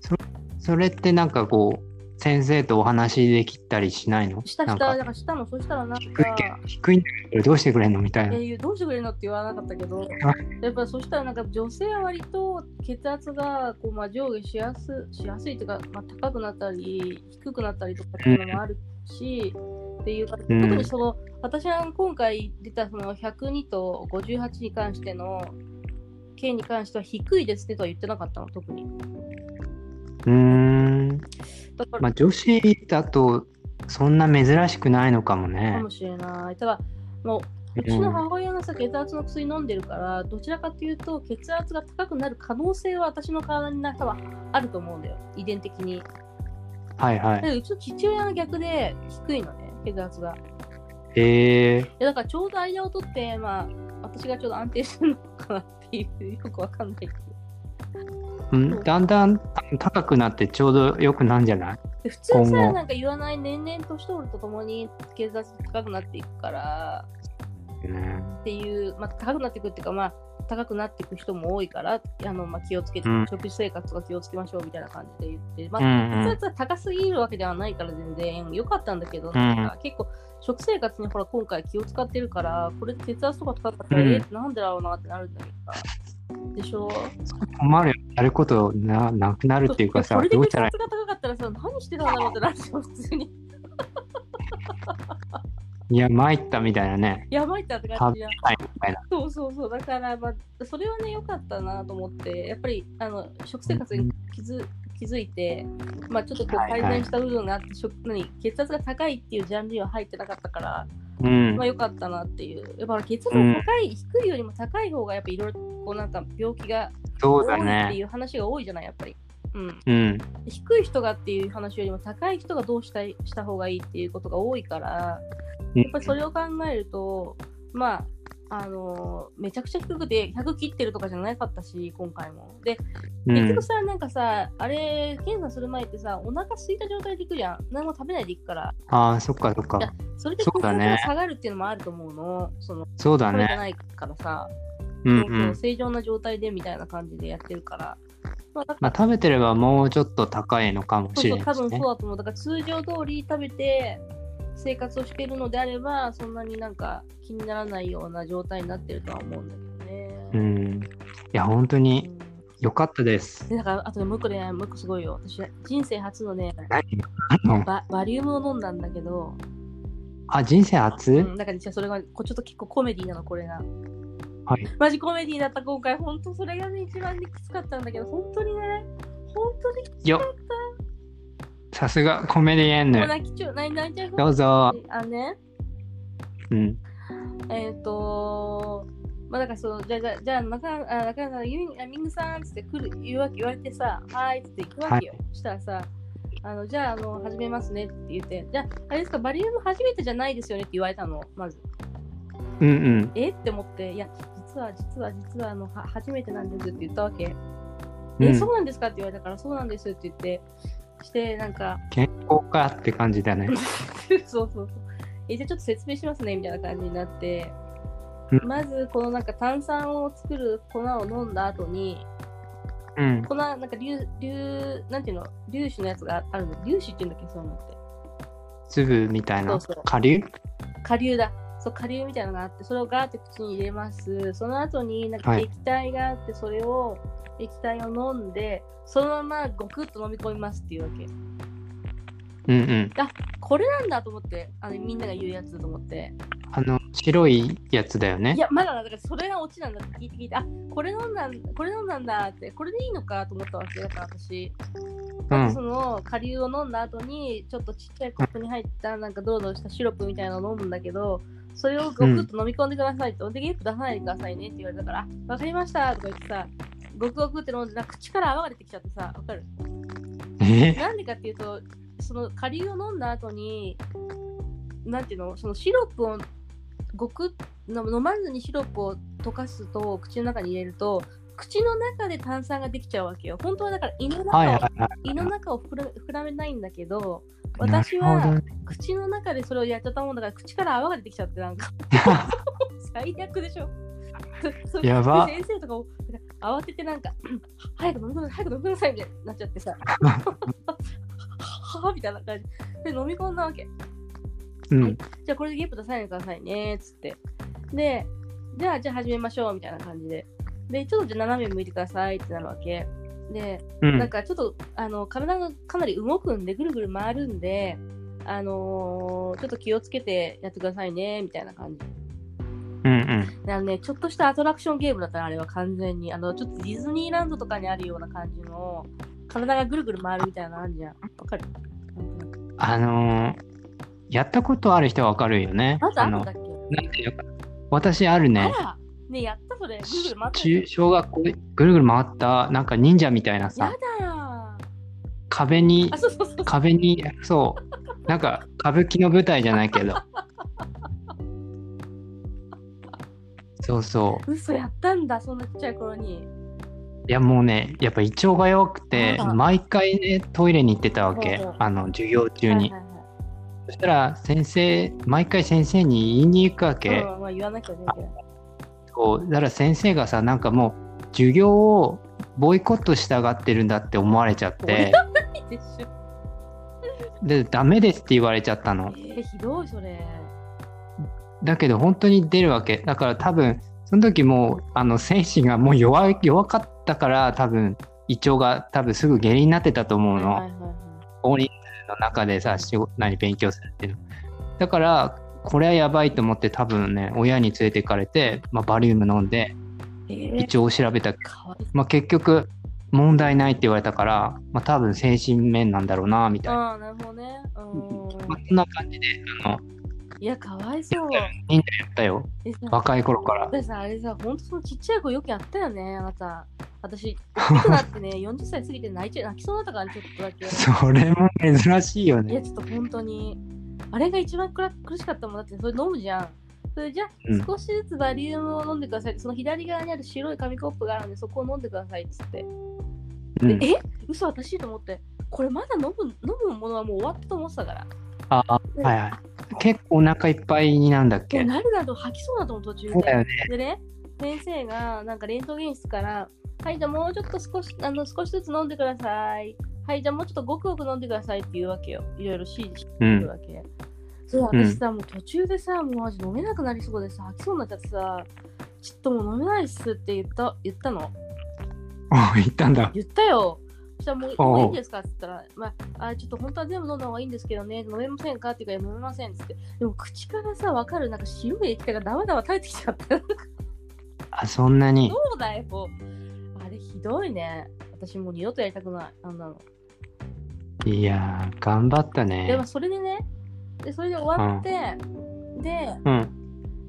[SPEAKER 2] それってなんかこう先生とお話できたりしないの
[SPEAKER 1] 下
[SPEAKER 2] なん
[SPEAKER 1] 下だ
[SPEAKER 2] か
[SPEAKER 1] から下のそしたらなん
[SPEAKER 2] 低いけ
[SPEAKER 1] か
[SPEAKER 2] ど低いんだけどどうしてくれんのみたいな
[SPEAKER 1] え。ーどうしてくれるのって言わなかったけどやっぱそしたらなんか女性は割と血圧がこう、まあ、上下しやすしやすいっていうか、まあ、高くなったり低くなったりとかっていうのもあるし、っていうか特
[SPEAKER 2] うん
[SPEAKER 1] にその、私が今回出たその102と58に関しての件に関しては低いですねとは言ってなかったの特に
[SPEAKER 2] うーん、
[SPEAKER 1] だから、
[SPEAKER 2] まあ、女子だとそんな珍しくないのかも
[SPEAKER 1] か
[SPEAKER 2] ね
[SPEAKER 1] も。しれないただもう
[SPEAKER 2] う
[SPEAKER 1] うちの
[SPEAKER 2] ん、
[SPEAKER 1] 母親がさ血圧の薬飲んでるからどちらかというと血圧が高くなる可能性は私の体に中はあると思うんだよ遺伝的に
[SPEAKER 2] はいはい。
[SPEAKER 1] でうちの父親が逆で低いのね、血圧が。
[SPEAKER 2] えー、
[SPEAKER 1] いやだからちょうど間を取って、まあ、私がちょうど安定してるのかなっていう、よくわかんないけど。
[SPEAKER 2] うんだんだん高くなってちょうど良くなんじゃない
[SPEAKER 1] で普通
[SPEAKER 2] 今
[SPEAKER 1] さ、
[SPEAKER 2] 後
[SPEAKER 1] なんか言わない年々年取るとともに血圧高くなっていくから
[SPEAKER 2] うん
[SPEAKER 1] っていう、まあ、高くなっていくっていうか、まあ、高くなっていく人も多いから、あのまあ、気をつけて、
[SPEAKER 2] うん
[SPEAKER 1] 食事生活とか気をつけましょうみたいな感じで言って、まあ
[SPEAKER 2] う、ん
[SPEAKER 1] 血圧
[SPEAKER 2] うん
[SPEAKER 1] は高すぎるわけではないから全然良かったんだけど、
[SPEAKER 2] ん
[SPEAKER 1] なんか結構食生活にほら今回気を使ってるからこれ血圧とか高かったら、
[SPEAKER 2] うん
[SPEAKER 1] えなんでだろうなってなるんだけどさでしょ
[SPEAKER 2] 困るよやることななくなるっていうかさ
[SPEAKER 1] それで
[SPEAKER 2] どう
[SPEAKER 1] 血
[SPEAKER 2] したらい
[SPEAKER 1] 圧が高かったらさ何してたんだろうってなるよ普通に
[SPEAKER 2] いいや参ったみたいなね。
[SPEAKER 1] やばいってなって感
[SPEAKER 2] 食
[SPEAKER 1] じ
[SPEAKER 2] べ
[SPEAKER 1] じゃん
[SPEAKER 2] ないみたいな。
[SPEAKER 1] そうそうそうだから、まあ、それはね良かったなと思ってやっぱりあの食生活に気づ気づいて、まあ、ちょっとこう
[SPEAKER 2] はいはい
[SPEAKER 1] 改善した部分があって、食何血圧が高いっていうジャンルには入ってなかったから
[SPEAKER 2] うん
[SPEAKER 1] まあ良かったなっていう。やっぱ血圧の高い、低いよりも高い方がやっぱいろいろこうなんか病気が
[SPEAKER 2] そう
[SPEAKER 1] 多
[SPEAKER 2] だ
[SPEAKER 1] いって
[SPEAKER 2] ね。
[SPEAKER 1] いう話が多いじゃない、やっぱり。うん、
[SPEAKER 2] うん。
[SPEAKER 1] 低い人がっていう話よりも高い人がどうしたいした方がいいっていうことが多いから
[SPEAKER 2] うん
[SPEAKER 1] やっぱりそれを考えるとまああのめちゃくちゃ低くて100切ってるとかじゃなかったし今回も。で
[SPEAKER 2] う
[SPEAKER 1] 結
[SPEAKER 2] ん
[SPEAKER 1] 局。さなんかさあれ検査する前ってさお腹空いた状態で行くじゃん何も食べないで行くから
[SPEAKER 2] ああ、そっかそっ
[SPEAKER 1] いや
[SPEAKER 2] か。
[SPEAKER 1] それで
[SPEAKER 2] そ
[SPEAKER 1] 血
[SPEAKER 2] うだ
[SPEAKER 1] 圧
[SPEAKER 2] ね
[SPEAKER 1] が下がるっていうのもあると思うのその
[SPEAKER 2] そうだ
[SPEAKER 1] 食べて
[SPEAKER 2] ね。
[SPEAKER 1] ないからさ、
[SPEAKER 2] うん
[SPEAKER 1] そう
[SPEAKER 2] う。
[SPEAKER 1] そうん正常な状態でみたいな感じでやってるから。まあだから
[SPEAKER 2] まあ食べてればもうちょっと高いのかも
[SPEAKER 1] そう
[SPEAKER 2] し
[SPEAKER 1] そ
[SPEAKER 2] れ
[SPEAKER 1] う、
[SPEAKER 2] な
[SPEAKER 1] 多
[SPEAKER 2] いです
[SPEAKER 1] 分そう
[SPEAKER 2] ね。
[SPEAKER 1] だと思う。だから通常通り食べて生活をしているのであれば、そんなになんか気にならないような状態になってるとは思うんだけど
[SPEAKER 2] う
[SPEAKER 1] ね。
[SPEAKER 2] ん。いや、本当に
[SPEAKER 1] うん
[SPEAKER 2] 良かったです。
[SPEAKER 1] でだからあとね、もう一個ね、もう一個すごいよ。私、人生初のね、
[SPEAKER 2] 何あの
[SPEAKER 1] ババリウムを飲んだんだけど、
[SPEAKER 2] あ、人生初、
[SPEAKER 1] うん、だから実はそれがこちょっと結構コメディなの、これが。
[SPEAKER 2] はい。
[SPEAKER 1] マジコメディだった今回、本当それがね、一番ね、きつかったんだけど、本当にね、本当にきつかっ
[SPEAKER 2] よさすがコメディエン
[SPEAKER 1] た。もう
[SPEAKER 2] ヌ。
[SPEAKER 1] 泣きちゃう、泣い泣いちゃう
[SPEAKER 2] どうぞ。
[SPEAKER 1] あのね、
[SPEAKER 2] うん。
[SPEAKER 1] えっ、とまあだからそうじゃあじゃあじゃあ中あ中川さんユミあミングさんっつって来る言うわけ言われてさはーいっつって行くわけよ、したらさあのじゃああの始めますねって言ってじゃああれですかバリウム初めてじゃないですよねって言われたのまず
[SPEAKER 2] うんうん。
[SPEAKER 1] えって思っていや実は実は実はあのは初めてなんですって言ったわけ、
[SPEAKER 2] う
[SPEAKER 1] え
[SPEAKER 2] ん
[SPEAKER 1] そうなんですかって言われたからそうなんですって言ってしてなんか
[SPEAKER 2] 健康かって感じだね。
[SPEAKER 1] そうそうそうえじゃあちょっと説明しますねみたいな感じになって
[SPEAKER 2] うん
[SPEAKER 1] まずこのなんか炭酸を作る粉を飲んだ後に
[SPEAKER 2] うん。
[SPEAKER 1] 粉なんか粒粒なんていうの粒子のやつがあるの粒子って言うんだっけそういうのって
[SPEAKER 2] 粒みたいな
[SPEAKER 1] そうそう
[SPEAKER 2] 下流
[SPEAKER 1] 顆粒だそう顆粒みたいなのがあってそれをガーって口に入れますその後になんか
[SPEAKER 2] はい
[SPEAKER 1] 液体があってそれを液体を飲んでそのままゴクッと飲み込みますっていうわけ
[SPEAKER 2] うんうん
[SPEAKER 1] これなんだと思ってあのみんなが言うやつだと思って
[SPEAKER 2] あの白いやつだよね
[SPEAKER 1] いやまだだからそれがオチなんだって聞いて聞いてあこれ飲んだんこれ飲んだんだってこれでいいのかと思ったわけだから私、
[SPEAKER 2] う
[SPEAKER 1] あ
[SPEAKER 2] ん
[SPEAKER 1] とその顆粒を飲んだ後にちょっとちっちゃいコップに入ったなんかドロドロしたシロップみたいなのを飲むんだけどそれをゴクッと飲み込んでくださいと、でゲップ出さないでくださいねって言われたからあわかりましたとか言ってさゴクゴクって飲んでなんか口から泡が出てきちゃってさわかる
[SPEAKER 2] え
[SPEAKER 1] なんでかっていうとその顆粒を飲んだ後になんていうのそのシロップをごくの飲まずにシロップを溶かすと口の中に入れると口の中で炭酸ができちゃうわけよ本当はだから胃の中を,、
[SPEAKER 2] はいはいはい
[SPEAKER 1] 胃の中を膨ら膨らめないんだけど
[SPEAKER 2] な
[SPEAKER 1] 私
[SPEAKER 2] るほど
[SPEAKER 1] は
[SPEAKER 2] ね
[SPEAKER 1] 口の中でそれをやっちゃったもんだから口から泡が出てきちゃってなんか最悪でし ょそう
[SPEAKER 2] やば
[SPEAKER 1] 先生とかも慌ててなんか 早く飲み込んで早く飲み込んなさいみたいになっちゃってさ はぁみたいな感じで飲み込んだわけ
[SPEAKER 2] うん
[SPEAKER 1] じゃあこれでゲップ出さないでくださいねっつってでじゃあじゃあ始めましょうみたいな感じででちょっとじゃあ斜め向いてくださいってなるわけで
[SPEAKER 2] う
[SPEAKER 1] なん
[SPEAKER 2] ん
[SPEAKER 1] かちょっとあの体がかなり動くんでぐるぐる回るんであのーちょっと気をつけてやってくださいねみたいな感じ
[SPEAKER 2] うんうん
[SPEAKER 1] であのねちょっとしたアトラクションゲームだったらあれは完全にあのちょっとディズニーランドとかにあるような感じの体がぐるぐる回るみたいなのあるじゃんわかる
[SPEAKER 2] あのーやったことある人はわかるよね
[SPEAKER 1] あとあ
[SPEAKER 2] あ
[SPEAKER 1] るん
[SPEAKER 2] の
[SPEAKER 1] だっけ
[SPEAKER 2] なんていうか私ある
[SPEAKER 1] あ
[SPEAKER 2] ね
[SPEAKER 1] らねやったそれぐるぐる回ってる
[SPEAKER 2] 中小学校でぐるぐる回ったなんか忍者みたいな
[SPEAKER 1] や
[SPEAKER 2] さ
[SPEAKER 1] だ
[SPEAKER 2] 壁に
[SPEAKER 1] あそうそうそう
[SPEAKER 2] 壁にそうなんか歌舞伎の舞台じゃないけど そうそう
[SPEAKER 1] 嘘やったんだそんなちっちゃい頃に
[SPEAKER 2] いやもうねやっぱ胃腸が弱くて
[SPEAKER 1] あら
[SPEAKER 2] 毎回ねトイレに行ってたわけ
[SPEAKER 1] ほうほう
[SPEAKER 2] あの授業中に、
[SPEAKER 1] はいはいはい
[SPEAKER 2] そしたら先生毎回先生に言いに行くわけ、
[SPEAKER 1] うんまあ言わなきゃね
[SPEAKER 2] こうだから先生がさなんかもう授業をボイコットしたがってるんだって思われち ゃって
[SPEAKER 1] いけないでしょ
[SPEAKER 2] でダメですって言われちゃったの
[SPEAKER 1] えーひどいそれ
[SPEAKER 2] だけど本当に出るわけだから多分その時もうあの精神がもう弱い弱かったから多分胃腸が多分すぐ下痢になってたと思うの、
[SPEAKER 1] はいはいはい
[SPEAKER 2] 大人数の中でさ仕事何勉強するっていうのだからこれはやばいと思って多分ね親に連れて行かれて、まあ、バリウム飲んで
[SPEAKER 1] え
[SPEAKER 2] 胃
[SPEAKER 1] ー、
[SPEAKER 2] 腸を調べたけど、
[SPEAKER 1] かわいそう
[SPEAKER 2] まあ、結局問題ないって言われたから、まあ、多分精神面なんだろうなみたいな、
[SPEAKER 1] ああなるほどねうん
[SPEAKER 2] ま あ、そんな感じで
[SPEAKER 1] いやかわいそう
[SPEAKER 2] やったよ
[SPEAKER 1] えさ
[SPEAKER 2] 若い頃から
[SPEAKER 1] でさあれさ、ほんとそのちっちゃい子よくやったよね、あなた。 私、大きくなってね、40歳過ぎて泣いちゃ泣きそうだったから、ちょっとだ け。
[SPEAKER 2] それも珍しいよ
[SPEAKER 1] い
[SPEAKER 2] ね
[SPEAKER 1] や、ちょっと本当に、あれが一番くら苦しかったもんだって、それ飲むじゃん。それじゃ、
[SPEAKER 2] うん
[SPEAKER 1] 少しずつバリウムを飲んでくださいって、その左側にある白い紙コップがあるんで、そこを飲んでくださいっつって。
[SPEAKER 2] う
[SPEAKER 1] で
[SPEAKER 2] ん、
[SPEAKER 1] え嘘私と思って、これまだ飲む飲むものはもう終わったと思ってたから。
[SPEAKER 2] ああはいはい結構お腹いっぱいになんだっ
[SPEAKER 1] で
[SPEAKER 2] け
[SPEAKER 1] もなるなると吐きそうだと思う、途中
[SPEAKER 2] そう
[SPEAKER 1] で。
[SPEAKER 2] だよね
[SPEAKER 1] でね、先生が、なんかレントゲン室から、はい、じゃあもうちょっと少し、あの少しずつ飲んでください。はい、じゃあもうちょっとごくごく飲んでくださいって言うわけよ。いろいろ指示して
[SPEAKER 2] う
[SPEAKER 1] く る
[SPEAKER 2] ん
[SPEAKER 1] わけ。そう
[SPEAKER 2] うん
[SPEAKER 1] 私さ、もう途中でさ、もう味飲めなくなりそうでさ、吐きそうになっちゃってさ、ちょっともう飲めないっすって言った言ったの。
[SPEAKER 2] あ言ったんだ
[SPEAKER 1] 言ったよ。そしたらもう
[SPEAKER 2] おう
[SPEAKER 1] もういいんですかって言ったら、まあ、あちょっと本当は全部飲んだ方がいいんですけどね、飲めませんかって言うから、飲めませんって言って、でも口からさ、わかる、なんか白い液体がダマダマ垂れてきちゃった。
[SPEAKER 2] あそんなに
[SPEAKER 1] そうだよ、こう。あれひどいね。私もう二度とやりたくない。あんなの。
[SPEAKER 2] いやー頑張った
[SPEAKER 1] で
[SPEAKER 2] ね
[SPEAKER 1] もそれでね、でそれで終わって、で、
[SPEAKER 2] うん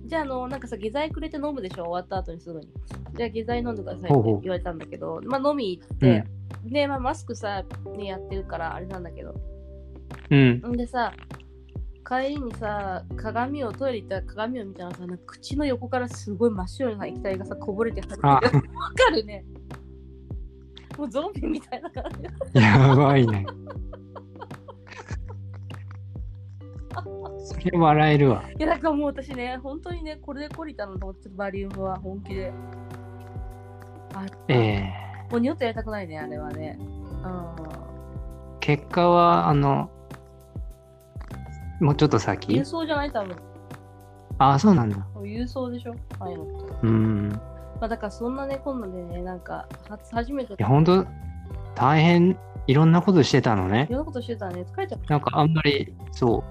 [SPEAKER 1] じゃあ、あの、なんかさ、下剤くれて飲むでしょ終わった後にすぐに。じゃあ、下剤飲んでくださいって
[SPEAKER 2] ほうほう
[SPEAKER 1] 言われたんだけど、まあ、飲み行っ
[SPEAKER 2] う
[SPEAKER 1] て
[SPEAKER 2] ん、
[SPEAKER 1] で、まあ、マスクさ、ね、やってるから、あれなんだけど。
[SPEAKER 2] うん
[SPEAKER 1] んでさ、帰りにさ、鏡を、トイレ行ったら鏡を見たらさ、なんか口の横からすごい真っ白な液体がさ、こぼれて入ってる。
[SPEAKER 2] あ
[SPEAKER 1] わかるね。もうゾンビみたいな感じ。
[SPEAKER 2] やば いね。それ笑えるわ。
[SPEAKER 1] いやだからもう私ね、本当にね、これで懲りたのと思って、バリウムは本気で。あ
[SPEAKER 2] ええ
[SPEAKER 1] もう二度とやりたくないね、あれはね。うん。
[SPEAKER 2] 結果は、あの、もうちょっと
[SPEAKER 1] 郵
[SPEAKER 2] 先
[SPEAKER 1] 送じゃない多分。
[SPEAKER 2] ああ、そうなんだ。
[SPEAKER 1] 郵送でしょああいうのって。
[SPEAKER 2] うん。
[SPEAKER 1] まあだからそんなね、今度でね、なんか、は初めて
[SPEAKER 2] いや、
[SPEAKER 1] い
[SPEAKER 2] ほんと、大変、いろんなことしてたのね。
[SPEAKER 1] ろんなことしてたらね、疲れちゃった。
[SPEAKER 2] なんかあんまり、そう、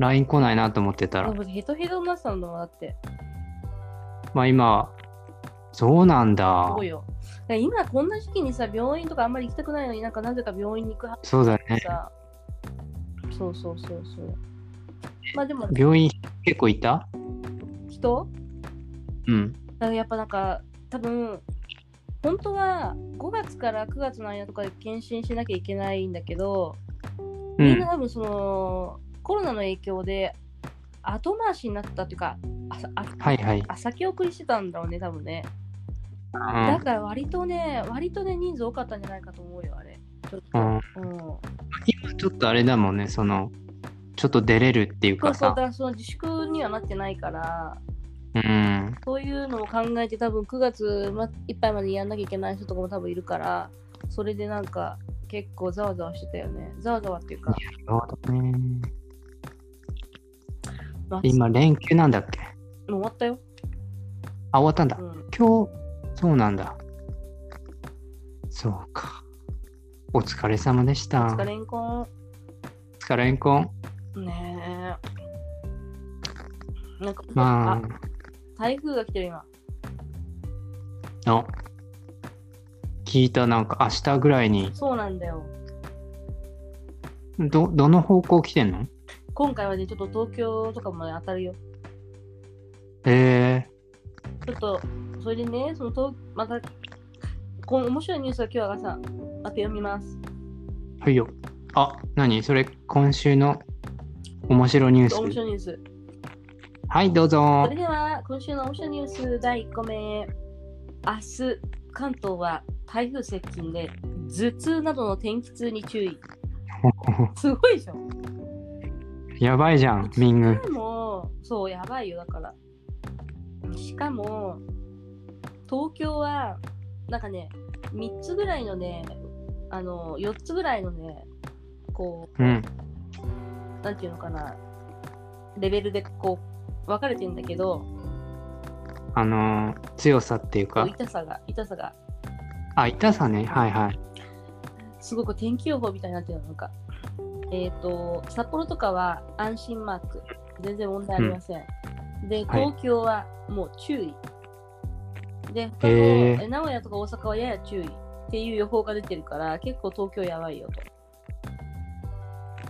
[SPEAKER 2] LINE 来ないなと思ってたら、
[SPEAKER 1] でもヘトヘトになってたんだもん、だって。
[SPEAKER 2] まあ今は、そうなん
[SPEAKER 1] す
[SPEAKER 2] だ
[SPEAKER 1] ご。いよ。だから今こんな時期にさ、病院とかあんまり行きたくないのになんかなぜか病院に行くは
[SPEAKER 2] そうだね。
[SPEAKER 1] さ。そうそうそうそう。まあでも、
[SPEAKER 2] 病院結構いた
[SPEAKER 1] 人
[SPEAKER 2] うん。
[SPEAKER 1] だからやっぱなんか多分本当は5月から9月の間とかで検診しなきゃいけないんだけど、
[SPEAKER 2] う。
[SPEAKER 1] みんなん多分そのコロナの影響で後回しになったっていうかあさあ
[SPEAKER 2] はいはい。
[SPEAKER 1] あ先送りしてたんだろうね多分ね、
[SPEAKER 2] うん
[SPEAKER 1] だから割とね割とね人数多かったんじゃないかと思うよあれちょっと、
[SPEAKER 2] う
[SPEAKER 1] う
[SPEAKER 2] ん
[SPEAKER 1] ん
[SPEAKER 2] 今ちょっとあれだもんね、その、ちょっと出れるっていう
[SPEAKER 1] そう
[SPEAKER 2] か
[SPEAKER 1] そうだ
[SPEAKER 2] さ
[SPEAKER 1] か、らその自粛にはなってないから
[SPEAKER 2] うん、
[SPEAKER 1] そういうのを考えて、多分9月まいっぱいまでやんなきゃいけない人とかも多分いるから、それでなんか結構ざわざわしてたよね。ざわざわっていうか、
[SPEAKER 2] なるほどね。
[SPEAKER 1] まあ
[SPEAKER 2] 今、連休なんだっけ
[SPEAKER 1] もう終わったよ。
[SPEAKER 2] あ、終わったんだ
[SPEAKER 1] う。ん、
[SPEAKER 2] 今日、そうなんだ。そうか。お疲れ様でした。
[SPEAKER 1] お疲れんこ
[SPEAKER 2] お疲れんこん。
[SPEAKER 1] ん。ねえ。なんか、
[SPEAKER 2] ま
[SPEAKER 1] あ台風が来てる今。
[SPEAKER 2] あ、あ聞いた、なんか明日ぐらいに、
[SPEAKER 1] そうなんだよ。
[SPEAKER 2] ど、どの方向来てんの
[SPEAKER 1] 今回はね、ちょっと東京とかも、ね、当たるよ。
[SPEAKER 2] え
[SPEAKER 1] ちょっと、それでね、その東また、この面白いニュースが今日はさ、また読みます。
[SPEAKER 2] ー、はいよ。あ、何それ、今週の面白ニュ
[SPEAKER 1] 面
[SPEAKER 2] ース。
[SPEAKER 1] 白いニュース。
[SPEAKER 2] はい、どう
[SPEAKER 1] そ
[SPEAKER 2] ぞ
[SPEAKER 1] れ。では今週の面白いニュース第1個目明日関東は台風接近で頭痛などの天気痛に注意すごいでしょ
[SPEAKER 2] やばいじゃん、ミン
[SPEAKER 1] し
[SPEAKER 2] グ。
[SPEAKER 1] かもそうやばいよだからしかも東京はなんかね3つぐらいのねあの4つぐらいのねこう
[SPEAKER 2] うん。
[SPEAKER 1] なんていうのかなレベルでこう分かれてんだけど
[SPEAKER 2] あのー強さっていう
[SPEAKER 1] こ
[SPEAKER 2] か
[SPEAKER 1] う、痛さが痛さが
[SPEAKER 2] あ、痛さね、はいはい。
[SPEAKER 1] すごく天気予報みたいになってるのか。えっ、と、札幌とかは安心マーク。全然問題ありません。で、
[SPEAKER 2] はい
[SPEAKER 1] 東京はもう注意。で、他の
[SPEAKER 2] へー
[SPEAKER 1] え名古屋とか大阪はやや注意っていう予報が出てるから、結構東京やばいよと。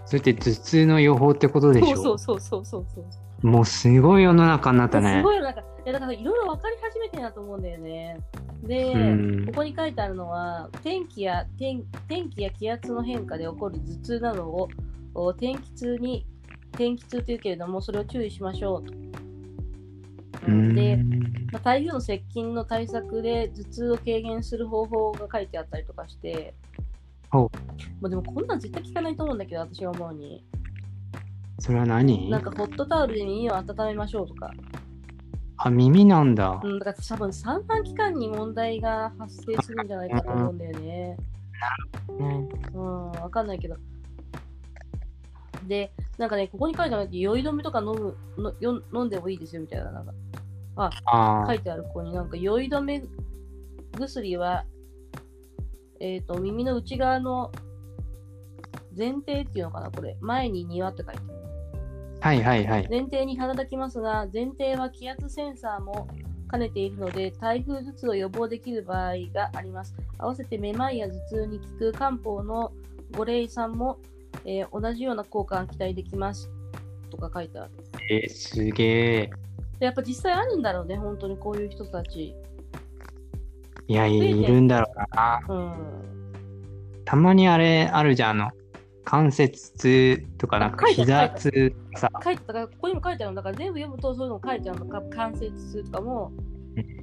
[SPEAKER 2] それって頭痛の予報ってことでしょ
[SPEAKER 1] そうそうそうそうそうそう。
[SPEAKER 2] もうすごい世の中になった
[SPEAKER 1] す
[SPEAKER 2] ね
[SPEAKER 1] ご。いよ、なんか、いやだからいろいろ分かり始めてるなと思うんだよね。で、
[SPEAKER 2] うん
[SPEAKER 1] ここに書いてあるのは天気や天天気や気圧の変化で起こる頭痛などをお天気痛に天気痛というけれどもそれを注意しましょうと。
[SPEAKER 2] うん
[SPEAKER 1] で、まあ、台風の接近の対策で頭痛を軽減する方法が書いてあったりとかして、
[SPEAKER 2] ほ
[SPEAKER 1] まあ、でもこんなん絶対聞かないと思うんだけど私が思うに
[SPEAKER 2] それは何
[SPEAKER 1] なんかホットタオルで耳を温めましょうとか,、
[SPEAKER 2] あ、耳なんだ
[SPEAKER 1] う。ん、だから多分産卵期間に問題が発生するんじゃないかと思うんだよね。
[SPEAKER 2] ね
[SPEAKER 1] うん、わかんないけど。で、なんかね、ここに書いてあるけど酔い止めとか飲むのよ飲んでもいいですよみたいな、なんか
[SPEAKER 2] あ
[SPEAKER 1] 書いてある、ここに、なんか酔い止め薬は、えっ、と、耳の内側の前提っていうのかな、これ。前に庭って書いてある。
[SPEAKER 2] あ、はいはいはい。
[SPEAKER 1] 前提に働きますが、前提は気圧センサーも兼ねているので、台風頭痛を予防できる場合があります。合わせてめまいや頭痛に効く漢方の五苓散も、えー同じような効果が期待できます。とか書いてある。
[SPEAKER 2] えーすげえ。
[SPEAKER 1] でやっぱ実際あるんだろうね、本当にこういう人たち。
[SPEAKER 2] いや、
[SPEAKER 1] えて
[SPEAKER 2] いるんだろうな。
[SPEAKER 1] うん。
[SPEAKER 2] たまにあれあるじゃん、あの、関節痛とか、
[SPEAKER 1] あ
[SPEAKER 2] なんか
[SPEAKER 1] 書いてあ
[SPEAKER 2] 膝
[SPEAKER 1] る
[SPEAKER 2] 痛とかさ、
[SPEAKER 1] 書いてたから、ここにも書いてあるんだから、全部読むとそういうのも書いてあるのか、関節痛とかも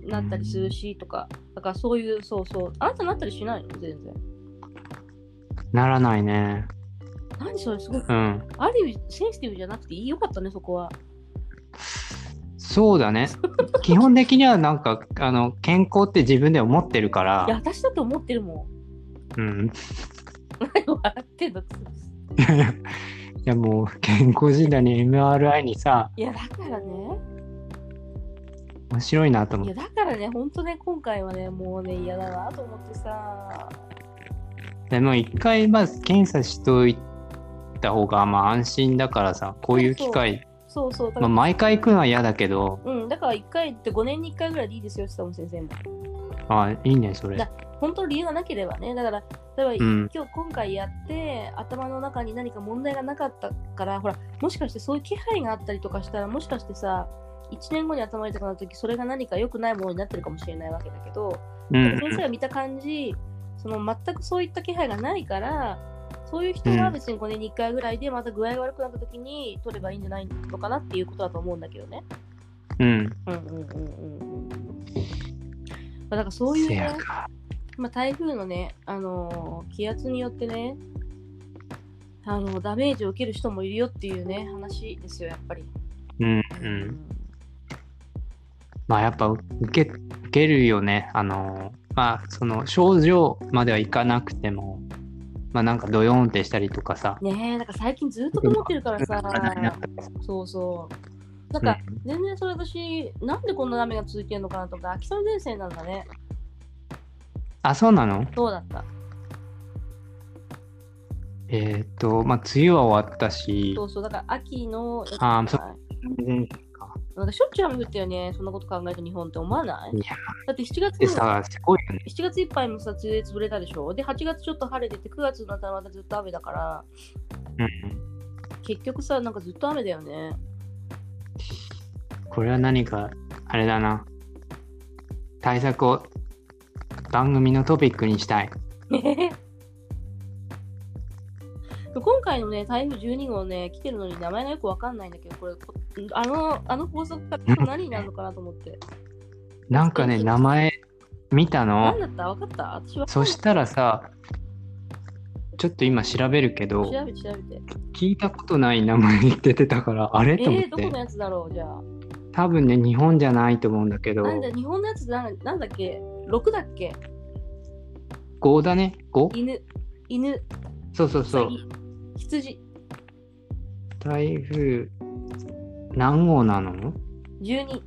[SPEAKER 1] なったりするしとか、だからそういう、そうそう。あなたなったりしないの全然。
[SPEAKER 2] ならないね。
[SPEAKER 1] 何それ、すごい
[SPEAKER 2] うん。
[SPEAKER 1] ある意味センシティブじゃなくていいよかったね、そこは。
[SPEAKER 2] そう だね。基本的にはなんか、あの、健康って自分で思ってるか
[SPEAKER 1] いや、
[SPEAKER 2] ら、
[SPEAKER 1] 私だと思ってるもん。
[SPEAKER 2] うん。
[SPEAKER 1] 笑ってんだ
[SPEAKER 2] いや、もう、健康診断に MRI にさ、
[SPEAKER 1] いや、だからね。
[SPEAKER 2] 面白いなと思
[SPEAKER 1] い
[SPEAKER 2] っ
[SPEAKER 1] や、
[SPEAKER 2] て。
[SPEAKER 1] だからね、ほんとね、今回はね、もうね、嫌だなと思ってさ。
[SPEAKER 2] でも、一回、まず検査しといた方が、まあ、安心だからさ、こういう機会、
[SPEAKER 1] そうそう、だか
[SPEAKER 2] ま
[SPEAKER 1] ら、
[SPEAKER 2] あ、毎回行くのは嫌だけど、
[SPEAKER 1] うん、だから1回って5年に1回ぐらいでいいですよ、下も先生も。
[SPEAKER 2] あ、いいね、それ
[SPEAKER 1] だ。本当の理由がなければね、だから、例えば、
[SPEAKER 2] うん。
[SPEAKER 1] 今日今回やって、頭の中に何か問題がなかったから、ほら、もしかしてそういう気配があったりとかしたら、もしかしてさ、1年後に頭痛くなるとき、それが何か良くないものになってるかもしれないわけだけど、
[SPEAKER 2] うんうん
[SPEAKER 1] 先生が見た感じその全くそういった気配がないからそういう人は別に5年に1回ぐらいでまた具合が悪くなった時に取ればいいんじゃないのかなっていうことだと思うんだけどね。
[SPEAKER 2] うん。
[SPEAKER 1] うんうんうんうんうん。まあ、だからそういう
[SPEAKER 2] せや
[SPEAKER 1] ね、
[SPEAKER 2] か。
[SPEAKER 1] まあ、台風のね、あのー気圧によってね、あのダメージを受ける人もいるよっていうね話ですよ、やっぱり。
[SPEAKER 2] うんうん。まあやっぱ受け、受けるよね。あの、まあその症状まではいかなくても、まあなんかドヨーンってしたりとかさ。
[SPEAKER 1] ねえ、なんか最近ずっと曇ってるからさ。そうそう。なんか、全然それ私、なんでこんな雨が続いてるのかなとか、秋雨前線なんだね。
[SPEAKER 2] あ、そうなの
[SPEAKER 1] どうだった
[SPEAKER 2] えっ、と、まあ梅雨は終わったし
[SPEAKER 1] そ、うそう、だから秋のやつじゃ
[SPEAKER 2] あ
[SPEAKER 1] な
[SPEAKER 2] ーそ
[SPEAKER 1] い
[SPEAKER 2] うん
[SPEAKER 1] なんかしょっちゅう雨降ったよね、そんなこと考えると日本って思わない
[SPEAKER 2] いや
[SPEAKER 1] だって7月
[SPEAKER 2] で
[SPEAKER 1] も
[SPEAKER 2] さ、すごいよね。
[SPEAKER 1] 7月いっぱいもさ、梅雨で潰れたでしょで、8月ちょっと晴れてて、9月になったらまたずっと雨だから、
[SPEAKER 2] うん
[SPEAKER 1] 結局さ、なんかずっと雨だよね。
[SPEAKER 2] これは何か、あれだな。対策を番組のトピックにしたい。
[SPEAKER 1] 今回のね、台風12号ね、来てるのに名前がよくわかんないんだけど、これ、こあの、あの法則が何になるのかなと思 って。
[SPEAKER 2] なんかね、名前見たの
[SPEAKER 1] 何。だった分かった私は
[SPEAKER 2] そしたらさ、ちょっと今調べるけど、
[SPEAKER 1] 調べて調べて。
[SPEAKER 2] 聞いたことない名前出てたから、あれ
[SPEAKER 1] え
[SPEAKER 2] と思っ
[SPEAKER 1] ー、どこ
[SPEAKER 2] て
[SPEAKER 1] の。やつだろうじゃあ。
[SPEAKER 2] 多分ね、日本じゃないと思うんだけど、
[SPEAKER 1] なんだ、日本のやつなんなんだっけ ?6 だっけ
[SPEAKER 2] 5だね ?5?
[SPEAKER 1] 犬、犬、
[SPEAKER 2] そうそうそう。
[SPEAKER 1] う羊、
[SPEAKER 2] 台風、何号なの
[SPEAKER 1] 12。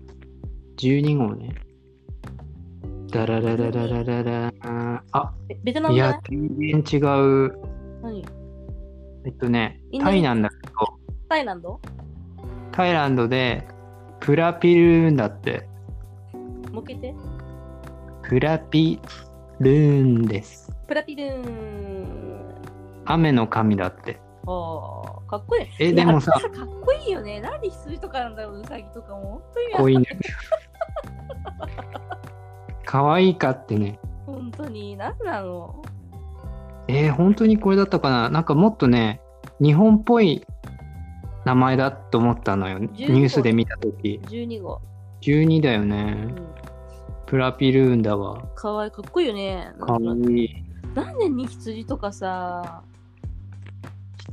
[SPEAKER 2] ?12 号ね。だらららららららあ、
[SPEAKER 1] ベベトナム
[SPEAKER 2] い
[SPEAKER 1] じゃな
[SPEAKER 2] や
[SPEAKER 1] い、
[SPEAKER 2] 全然違う。
[SPEAKER 1] 何
[SPEAKER 2] えっとね、
[SPEAKER 1] インド
[SPEAKER 2] タイなんだ。
[SPEAKER 1] タイランド
[SPEAKER 2] タイランドで、プラピルーンだって。
[SPEAKER 1] もう一回言って。
[SPEAKER 2] プラピルーンです。
[SPEAKER 1] プラピルーン。
[SPEAKER 2] 雨の神だって。
[SPEAKER 1] ああ、かっこいい。
[SPEAKER 2] え
[SPEAKER 1] いや
[SPEAKER 2] でもさ
[SPEAKER 1] かっこいいよね。なんで羊とかなんだろう、ウサギとかも。本当に
[SPEAKER 2] 子犬。可愛いかってね。
[SPEAKER 1] 本当に何なの
[SPEAKER 2] えー、本当にこれだったかななんかもっとね、日本っぽい名前だと思ったのよ。ニ
[SPEAKER 1] 15
[SPEAKER 2] ュースで見たとき。
[SPEAKER 1] 12号、
[SPEAKER 2] 12だよ
[SPEAKER 1] う
[SPEAKER 2] ね。
[SPEAKER 1] ん、
[SPEAKER 2] プラピルーンだわ。
[SPEAKER 1] かわいいかっこいいよね
[SPEAKER 2] かわいい。
[SPEAKER 1] 何年に羊とかさあ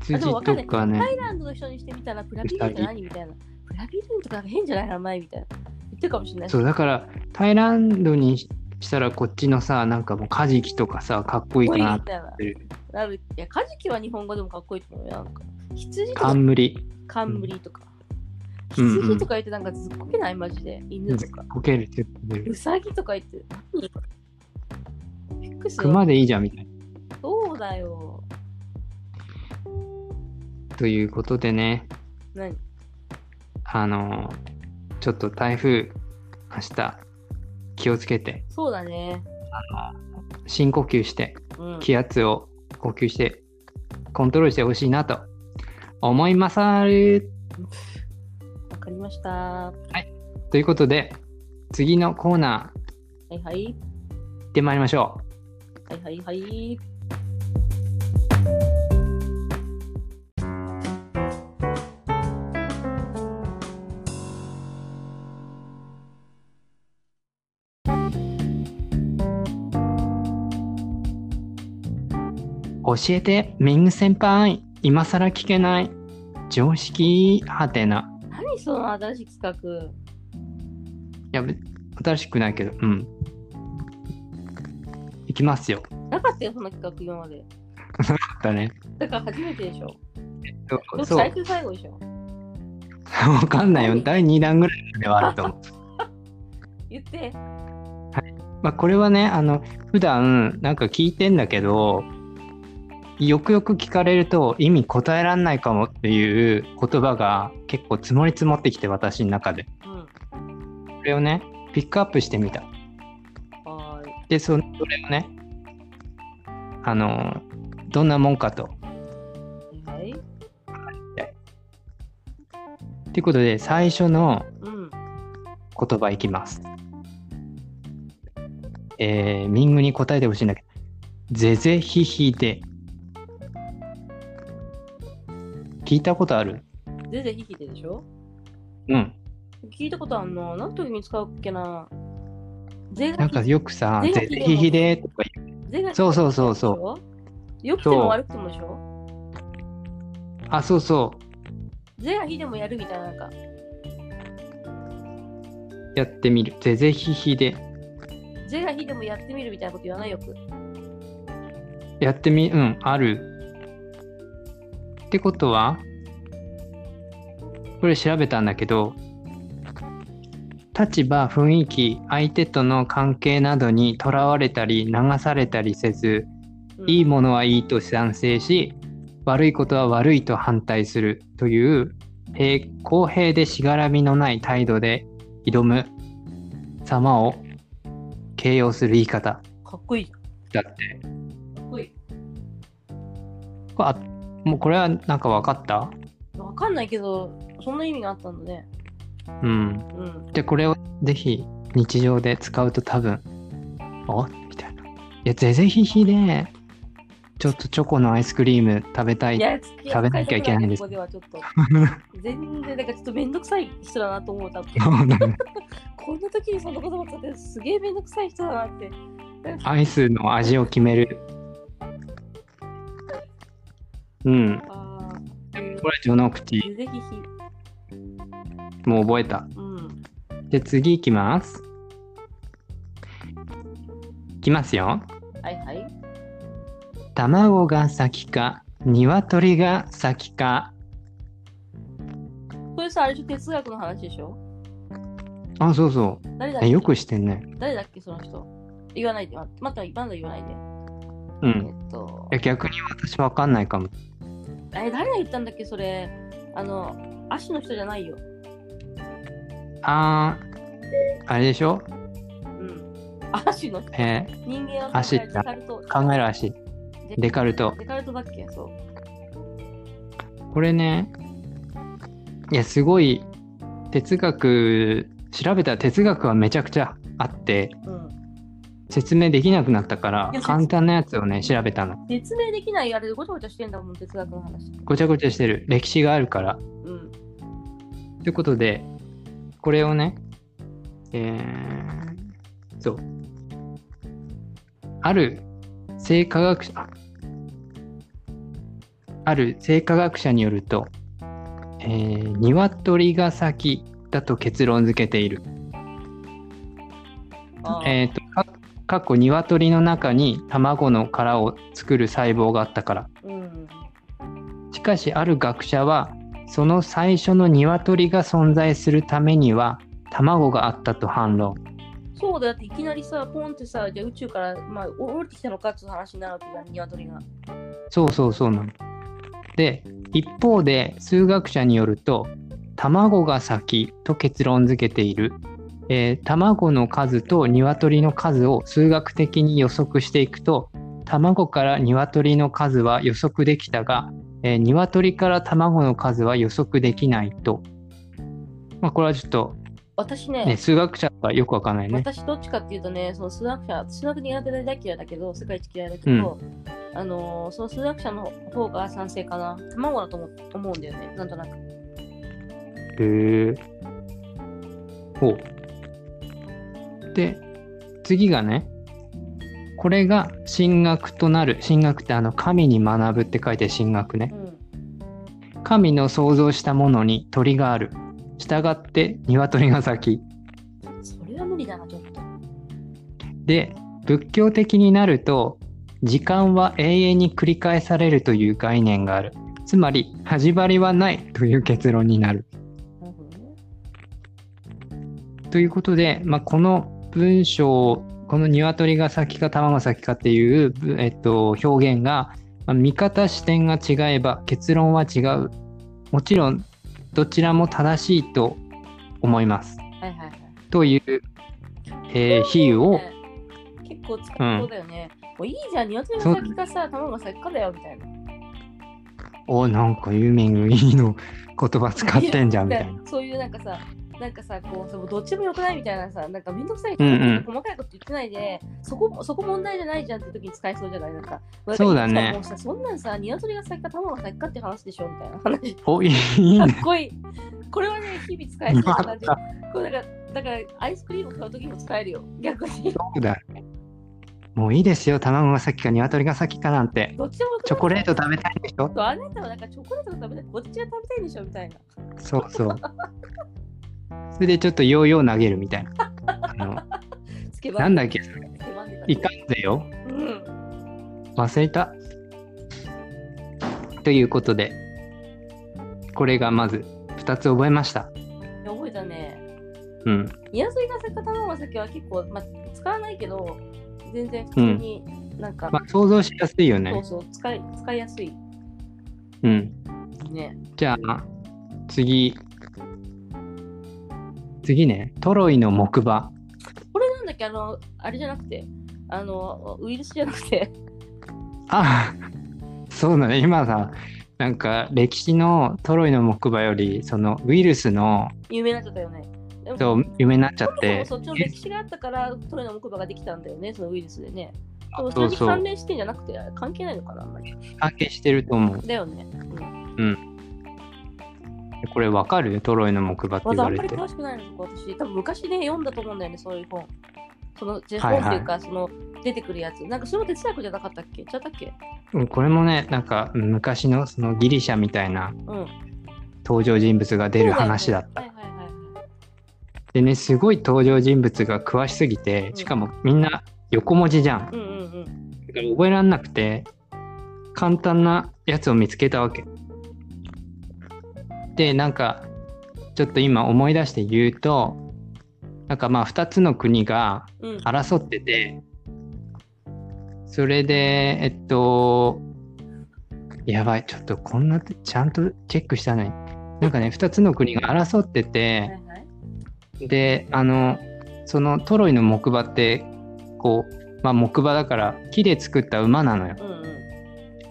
[SPEAKER 2] 羊
[SPEAKER 1] でもわかんな
[SPEAKER 2] と
[SPEAKER 1] い
[SPEAKER 2] か
[SPEAKER 1] タイ
[SPEAKER 2] ね。
[SPEAKER 1] ランドの人にしてみたらプラビルーンって何みたいなプラビルーンとか変じゃない名前みたいな言ってるかもしれない
[SPEAKER 2] そう、だから、タイランドにしたらこっちのさ、なんかもうカジキとかさ、かっこいい
[SPEAKER 1] かっこい
[SPEAKER 2] か
[SPEAKER 1] い
[SPEAKER 2] な
[SPEAKER 1] み。たいな
[SPEAKER 2] てる
[SPEAKER 1] なるいやカジキは日本語でもかっこいいと思うよなんか羊とか
[SPEAKER 2] 冠。
[SPEAKER 1] 冠とか
[SPEAKER 2] うんうん
[SPEAKER 1] 羊とか言ってなんかずっこけないマジで犬とか
[SPEAKER 2] こけるって言って
[SPEAKER 1] う
[SPEAKER 2] る。
[SPEAKER 1] さぎとか言って何びっくりする
[SPEAKER 2] 熊でいいじゃんみたい
[SPEAKER 1] そうだよ
[SPEAKER 2] な。ということでね。
[SPEAKER 1] 何
[SPEAKER 2] あのちょっと台風、明日、気をつけて、
[SPEAKER 1] そうだね
[SPEAKER 2] 深呼吸して、
[SPEAKER 1] うん
[SPEAKER 2] 気圧を呼吸して、コントロールしてほしいなと思いまする。
[SPEAKER 1] わかりましたは
[SPEAKER 2] ということで、次のコーナー、
[SPEAKER 1] いはい
[SPEAKER 2] 行ってまいりましょう。
[SPEAKER 1] はいはいはい
[SPEAKER 2] 教えて、ミング先輩、今更聞けない、常識はてな。
[SPEAKER 1] 何その新しい企画
[SPEAKER 2] いや、べ新しくないけど、うん。いきますよ。
[SPEAKER 1] なかったよそんな企画今まで
[SPEAKER 2] だね。
[SPEAKER 1] だから初めてでしょ
[SPEAKER 2] そうそう。
[SPEAKER 1] 最初最後でしょ
[SPEAKER 2] わかんないよ。
[SPEAKER 1] 何
[SPEAKER 2] 第2弾ぐらいまではあると思う。
[SPEAKER 1] 言って
[SPEAKER 2] まあ、これはねあの普段なんか聞いてんだけどよくよく聞かれると意味答えらんないかもっていう言葉が結構積もり積もってきて私の中で
[SPEAKER 1] うん
[SPEAKER 2] これをねピックアップしてみた
[SPEAKER 1] はーい
[SPEAKER 2] でそのそれをねあのどんなもんかと
[SPEAKER 1] はい
[SPEAKER 2] っていうことで最初の
[SPEAKER 1] うん
[SPEAKER 2] 言葉いきますえー、ミングに答えてほしいんだけど「ぜぜひひで」聞いたことある
[SPEAKER 1] 全然ひきてでしょ
[SPEAKER 2] うん。
[SPEAKER 1] 聞いたことあんの何の時に使うっけな税
[SPEAKER 2] な
[SPEAKER 1] が
[SPEAKER 2] んか
[SPEAKER 1] ひ
[SPEAKER 2] よくさ、
[SPEAKER 1] ぜ
[SPEAKER 2] ぜ
[SPEAKER 1] ひでも
[SPEAKER 2] ひひでとか言
[SPEAKER 1] 税が
[SPEAKER 2] う。そうそうそうそう。
[SPEAKER 1] うよくても悪くてもでしょ
[SPEAKER 2] あ、そうそう。
[SPEAKER 1] 税がひでもやるみたいななんか
[SPEAKER 2] やってみる。ぜぜひひで。
[SPEAKER 1] 税がひでもやってみるみたいなこと言わないよく
[SPEAKER 2] やってみ、うん、ある。ってことは、これ調べたんだけど、立場、雰囲気、相手との関係などにとらわれたり流されたりせず、
[SPEAKER 1] うん
[SPEAKER 2] いいものはいいと賛成し、悪いことは悪いと反対するという平公平でしがらみのない態度で挑む様を形容する言い方
[SPEAKER 1] かっこいいじゃん
[SPEAKER 2] だって。
[SPEAKER 1] かっこいい
[SPEAKER 2] これあもうこれはなんか分かった
[SPEAKER 1] わかんないけどそんな意味があったんだね
[SPEAKER 2] うん。
[SPEAKER 1] うん
[SPEAKER 2] で、これをぜひ日常で使うと多分、おみたいな。いや、ぜぜひひで、ちょっとチョコのアイスクリーム食べたい。
[SPEAKER 1] いや、食
[SPEAKER 2] 食べなきゃいけないんです
[SPEAKER 1] ここではちょっと全然なんかちょっとめんどくさい人だなと思うた ぶん
[SPEAKER 2] そうだね
[SPEAKER 1] こんな時にそんな言葉使ってすげえめんどくさい人だなって
[SPEAKER 2] アイスの味を決める。うん。
[SPEAKER 1] ああ
[SPEAKER 2] これ序の口、
[SPEAKER 1] ぜひひ
[SPEAKER 2] もう覚えた。
[SPEAKER 1] うん
[SPEAKER 2] で、次いきます。いきますよ。
[SPEAKER 1] はいはい
[SPEAKER 2] 卵が先か、鶏が先か。
[SPEAKER 1] これさあれでしょ哲学の話でしょ
[SPEAKER 2] あ、そうそ
[SPEAKER 1] 誰だっ
[SPEAKER 2] う。
[SPEAKER 1] け
[SPEAKER 2] えよくしてんね。
[SPEAKER 1] 誰だっけその人言わないでままたまだ言わないで、
[SPEAKER 2] う
[SPEAKER 1] え
[SPEAKER 2] ん。
[SPEAKER 1] っと
[SPEAKER 2] いや逆に私わかんないかも。
[SPEAKER 1] え誰が言ったんだっけそれあの足の人じゃないよ
[SPEAKER 2] あー、あれでしょ
[SPEAKER 1] うん足の人
[SPEAKER 2] え
[SPEAKER 1] 人間は
[SPEAKER 2] 足
[SPEAKER 1] 考えるデカルト
[SPEAKER 2] ー考える足。デカルト。
[SPEAKER 1] デカルトだっけそう
[SPEAKER 2] これね、いや、すごい、哲学、調べたら哲学はめちゃくちゃあって、
[SPEAKER 1] うん
[SPEAKER 2] 説明できなくなったから
[SPEAKER 1] いや説
[SPEAKER 2] 簡単なやつをね調べたの
[SPEAKER 1] 説明できないあれでごちゃごちゃしてんだもん哲学の話って
[SPEAKER 2] ごちゃごちゃしてる歴史があるから
[SPEAKER 1] うん
[SPEAKER 2] ということでこれをねえー、そうある生科学者あある生科学者によると、えー、鶏が先だと結論付けている
[SPEAKER 1] あー
[SPEAKER 2] えー、とかかっこ鶏の中に卵の殻を作る細胞があったから
[SPEAKER 1] うん
[SPEAKER 2] しかしある学者はその最初の鶏が存在するためには卵があったと反論
[SPEAKER 1] そうだよだっていきなりさポンってさじゃあ宇宙から、まあ、お降りてきたのかっていう話になるわけじゃん鶏が
[SPEAKER 2] そうそうそうなので一方で数学者によると卵が先と結論付けている、えー卵の数と鶏の数を数学的に予測していくと卵から鶏の数は予測できたが、えー鶏から卵の数は予測できないと、まあ、これはちょっと、
[SPEAKER 1] 私ね
[SPEAKER 2] ね、数学者はよくわかんないね。
[SPEAKER 1] 私どっちかっていうとね、その数学者、数学苦手で大嫌いだけど、世界一嫌いだけど、あのーその数学者の方が賛成かな。卵だと思思うんだよね、なんとなく。
[SPEAKER 2] へえ。ほう。で、次がね、これが神学となる。神学ってあの、神に学ぶって書いて神学ね
[SPEAKER 1] う。ん。
[SPEAKER 2] 神の創造したものに鳥がある。従って鶏が先。
[SPEAKER 1] それは無理だな、ちょっと。
[SPEAKER 2] で、仏教的になると、時間は永遠に繰り返されるという概念がある。つまり、始まりはないという結論になる。
[SPEAKER 1] なるほどね。
[SPEAKER 2] ということで、まあ、この文章この鶏が先か卵が先かっていう、ぶえっと、表現が、まあ見方視点が違えば結論は違うもちろんどちらも正しいと思います
[SPEAKER 1] はいはいはい。
[SPEAKER 2] という、えー比喩を
[SPEAKER 1] ね結構使いそうだよね。もういいじゃん、鶏
[SPEAKER 2] そ
[SPEAKER 1] が
[SPEAKER 2] う
[SPEAKER 1] 先かさ、卵が先かだよ、みたいな。
[SPEAKER 2] おなんかユーミングいいの言葉使ってんじゃんみたいな
[SPEAKER 1] でそういうなんかさ、なんかさ、こう、そうどっちも良くないみたいなさ、なんかめんどくさい
[SPEAKER 2] うんうん
[SPEAKER 1] 細かいこと言ってないで、そこ、そこ問題じゃないじゃんって時に使えそうじゃないなんか。
[SPEAKER 2] そうだね
[SPEAKER 1] もうさ、そんなんさ、鶏が先か卵が先かって話でしょみたいな話。か
[SPEAKER 2] おいいね
[SPEAKER 1] っこいい。これはね、日々 使えそう
[SPEAKER 2] ま
[SPEAKER 1] な
[SPEAKER 2] た
[SPEAKER 1] 感じ。これだから、だからアイスクリーム買う時も使えるよ。逆に。
[SPEAKER 2] そうだねもういいですよ卵が先か鶏が先かなんて
[SPEAKER 1] どっちでも良くない
[SPEAKER 2] チョコレート食べたいでし
[SPEAKER 1] そ
[SPEAKER 2] ょ
[SPEAKER 1] うあなたはなんかチョコレートが食べたい、こっちが食べたいんでしょみたいな。
[SPEAKER 2] そうそう。それでちょっとヨーヨー投げるみたいな。あ の
[SPEAKER 1] つけば
[SPEAKER 2] なんだっけ
[SPEAKER 1] つけばんでた
[SPEAKER 2] いかんぜよ。
[SPEAKER 1] うん。
[SPEAKER 2] 忘れた。ということで、これがまず2つ覚えました。
[SPEAKER 1] 覚えたね。
[SPEAKER 2] うん。
[SPEAKER 1] 宮添が先か卵が先は結構、まあ、使わないけど全然普通になんか、
[SPEAKER 2] まあ、想像しやすいよね。
[SPEAKER 1] そうそう使い使いやすい
[SPEAKER 2] うん。
[SPEAKER 1] ね
[SPEAKER 2] じゃあ、次。次ね、トロイの木馬。
[SPEAKER 1] これなんだっけあのあれじゃなくてあのウイルスじゃなくて
[SPEAKER 2] あそうだね今さなんか歴史のトロイの木馬よりそのウイルスの
[SPEAKER 1] 有名になっちゃったよねでも
[SPEAKER 2] と夢になっちゃっ
[SPEAKER 1] そも
[SPEAKER 2] て
[SPEAKER 1] そっちの歴史があったからトロイの木馬ができたんだよねそのウイルスでねでもそ
[SPEAKER 2] そ
[SPEAKER 1] れ
[SPEAKER 2] う
[SPEAKER 1] に
[SPEAKER 2] そ
[SPEAKER 1] 関
[SPEAKER 2] う
[SPEAKER 1] 連してんじゃなくて関係ないのかなあんまり
[SPEAKER 2] 関係してると思う
[SPEAKER 1] だよね、うん、
[SPEAKER 2] これわかるトロイの木馬って
[SPEAKER 1] ま
[SPEAKER 2] 言
[SPEAKER 1] だあ
[SPEAKER 2] わ
[SPEAKER 1] ん
[SPEAKER 2] れ
[SPEAKER 1] まり
[SPEAKER 2] て
[SPEAKER 1] 詳しくないのそこ私多分昔ね読んだと思うんだよねそういう本そのじゃ本っていうか、その出てくるやつなんかそれも哲学じゃなかったっけちゃったっけ
[SPEAKER 2] うんこれもねなんかうん昔のそのギリシャみたいな
[SPEAKER 1] うん
[SPEAKER 2] 登場人物が出る話だった
[SPEAKER 1] はいはいはいはい
[SPEAKER 2] でねすごい登場人物が詳しすぎてしかもみんな横文字じゃん
[SPEAKER 1] うんうん
[SPEAKER 2] だから覚えらんなくて簡単なやつを見つけたわけでなんかちょっと今思い出して言うとなんかまあ2つの国が
[SPEAKER 1] うん。うん。
[SPEAKER 2] 争っててそれでえっとやばいちょっとこんなちゃんとチェックしたねなんかね2つの国が争って
[SPEAKER 1] はい
[SPEAKER 2] て
[SPEAKER 1] はい。
[SPEAKER 2] であのそのトロイの木馬ってこう、まあ、木馬だから木で作った馬なのよ
[SPEAKER 1] うんう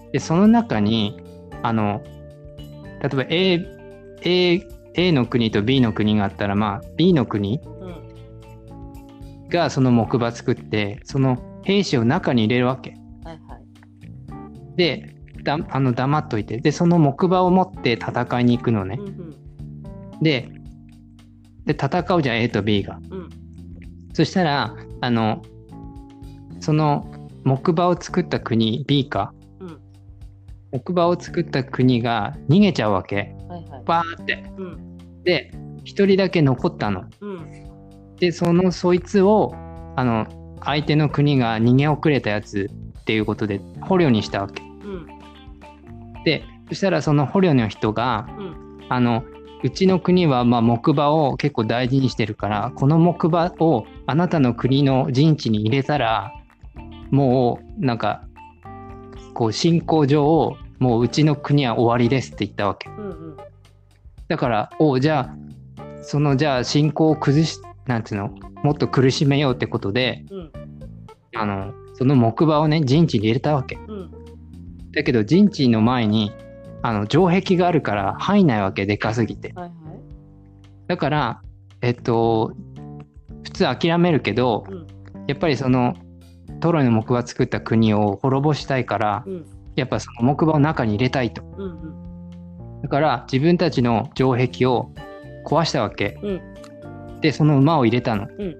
[SPEAKER 1] ん。
[SPEAKER 2] でその中にあの例えば A, A, A の国と B の国があったらまあ B の国
[SPEAKER 1] うん。
[SPEAKER 2] がその木馬作ってその兵士を中に入れるわけ
[SPEAKER 1] はいはい。
[SPEAKER 2] でだあの黙っといてでその木馬を持って戦いに行くのね
[SPEAKER 1] うんうん
[SPEAKER 2] でで戦うじゃん A と B が
[SPEAKER 1] うん
[SPEAKER 2] そしたらあのその木馬を作った国 B か、
[SPEAKER 1] うん
[SPEAKER 2] 木馬を作った国が逃げちゃうわけ
[SPEAKER 1] はいはい。
[SPEAKER 2] バーって
[SPEAKER 1] うん
[SPEAKER 2] で一人だけ残ったの
[SPEAKER 1] うん
[SPEAKER 2] でそのそいつをあの相手の国が逃げ遅れたやつっていうことで捕虜にしたわけ
[SPEAKER 1] うん
[SPEAKER 2] でそしたらその捕虜の人が、
[SPEAKER 1] う
[SPEAKER 2] あのうちの国はまあ木馬を結構大事にしてるからこの木馬をあなたの国の陣地に入れたらもうなんかこう信仰上をもううちの国は終わりですって言ったわけ
[SPEAKER 1] うんうん
[SPEAKER 2] だからおじゃあそのじゃあ信仰を崩しなんていうのもっと苦しめようってことで
[SPEAKER 1] うん
[SPEAKER 2] あのその木馬をね陣地に入れたわけ
[SPEAKER 1] うん
[SPEAKER 2] だけど陣地の前にあの城壁があるから入んないわけでかすぎて
[SPEAKER 1] はいはい。
[SPEAKER 2] だからえっと普通諦めるけど
[SPEAKER 1] うん
[SPEAKER 2] やっぱりそのトロイの木馬作った国を滅ぼしたいから
[SPEAKER 1] うん
[SPEAKER 2] やっぱその木馬を中に入れたいと
[SPEAKER 1] うんうん
[SPEAKER 2] だから自分たちの城壁を壊したわけ、
[SPEAKER 1] う
[SPEAKER 2] でその馬を入れたの、
[SPEAKER 1] うん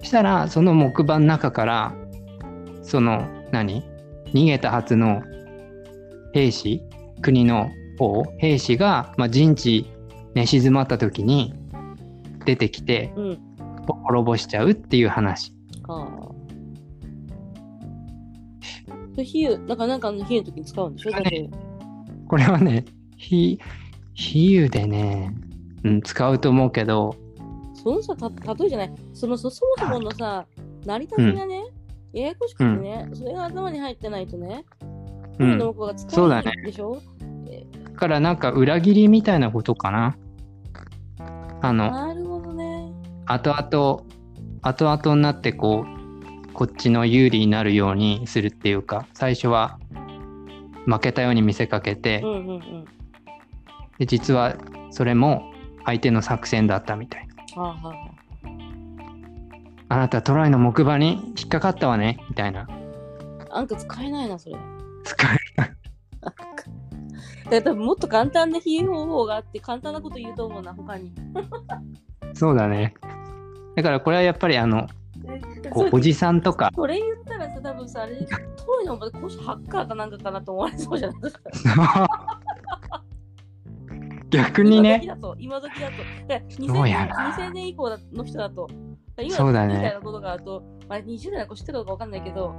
[SPEAKER 2] そしたらその木馬の中からその何逃げたはずの兵士国の方兵士が、まあ、陣地寝静まった時に出てきて
[SPEAKER 1] うん。
[SPEAKER 2] 滅ぼしちゃうっていう話
[SPEAKER 1] ああ。で比喩なんかなんかの比喩の時に使うんでしょ。だって
[SPEAKER 2] これはね比比喩でね、うん、使うと思うけど
[SPEAKER 1] そのさた例えじゃないそのそそもそものさ成り立ちがね、ややこしくてね、それが頭に入ってないとね、
[SPEAKER 2] う
[SPEAKER 1] 今
[SPEAKER 2] ん
[SPEAKER 1] の僕が使
[SPEAKER 2] そう
[SPEAKER 1] えな
[SPEAKER 2] だ
[SPEAKER 1] い
[SPEAKER 2] ね
[SPEAKER 1] でしょ
[SPEAKER 2] だからなんか裏切りみたいなことかなあの
[SPEAKER 1] なるほどね。
[SPEAKER 2] 後々後々になってこうこっちの有利になるようにするっていうか最初は負けたように見せかけて
[SPEAKER 1] うんうんうん。
[SPEAKER 2] で実はそれも相手の作戦だったみたい
[SPEAKER 1] はあはあはあ。
[SPEAKER 2] あなたトライの木馬に引っかかったわねみたいな
[SPEAKER 1] なんか使えないな、それ。
[SPEAKER 2] 使い
[SPEAKER 1] だからもっと簡単な比喩方法があって、簡単なこと言うと思うな、他に。
[SPEAKER 2] そうだねだからこれはやっぱりあのこうおじさんとか
[SPEAKER 1] これ言ったらさ、多分さ、あれ、当時のお前、こうしハッカーかなんかかなと思われそうじゃないですか。
[SPEAKER 2] 逆に ね
[SPEAKER 1] 今時だと、今時だと。だから
[SPEAKER 2] どう
[SPEAKER 1] 2000,
[SPEAKER 2] や
[SPEAKER 1] 年
[SPEAKER 2] ら
[SPEAKER 1] 2000年以降の人だと、だから今
[SPEAKER 2] そうだね
[SPEAKER 1] みたいなことがあると、まあ、20代の子知ってるかどうかわかんないけど、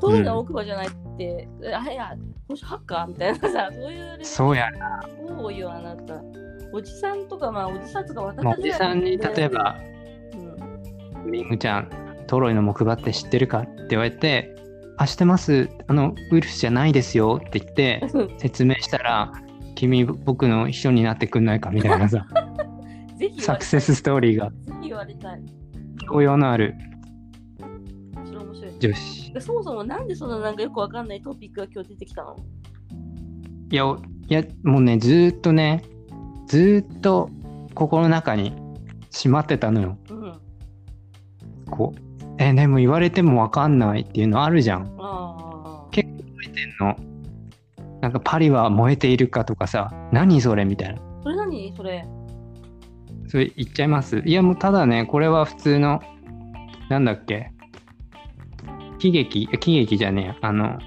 [SPEAKER 1] 当時の奥歯じゃないって、あれや、こうしハッカーみたいなさ、そういうレベル
[SPEAKER 2] そうや
[SPEAKER 1] 多いよ、あなた。おじさんとか、まあ、おじさんとか私
[SPEAKER 2] まあ
[SPEAKER 1] た
[SPEAKER 2] お
[SPEAKER 1] ち
[SPEAKER 2] じ
[SPEAKER 1] 世
[SPEAKER 2] さ
[SPEAKER 1] 代
[SPEAKER 2] んに
[SPEAKER 1] で
[SPEAKER 2] 例えば
[SPEAKER 1] うん
[SPEAKER 2] 「リングちゃんトロイの木馬って知ってるか?」って言われて「あ知ってますあのウイルスじゃないですよ」って言って説明したら「君僕の秘書になってくんないか」みたいなさ
[SPEAKER 1] ぜひ言
[SPEAKER 2] サ
[SPEAKER 1] わ
[SPEAKER 2] ク
[SPEAKER 1] れ
[SPEAKER 2] セスストーリーが
[SPEAKER 1] ぜひ言われたい。
[SPEAKER 2] 教養のある
[SPEAKER 1] それ面白い。
[SPEAKER 2] 女子
[SPEAKER 1] でそもそもなんでそんななんかよくわかんないトピックが今日出てきたの
[SPEAKER 2] いやおいやもうねずーっとねずーっと心の中にしまってたのよ
[SPEAKER 1] うん。あ
[SPEAKER 2] こう「えでも言われてもわかんない」っていうのあるじゃん。
[SPEAKER 1] あ。
[SPEAKER 2] のなんか「パリは燃えているか」とかさ「何それ」みたいな。
[SPEAKER 1] それ何それ。
[SPEAKER 2] それ言っちゃいますいやもうただねこれは普通のなんだっけ喜劇え喜劇じゃねえあの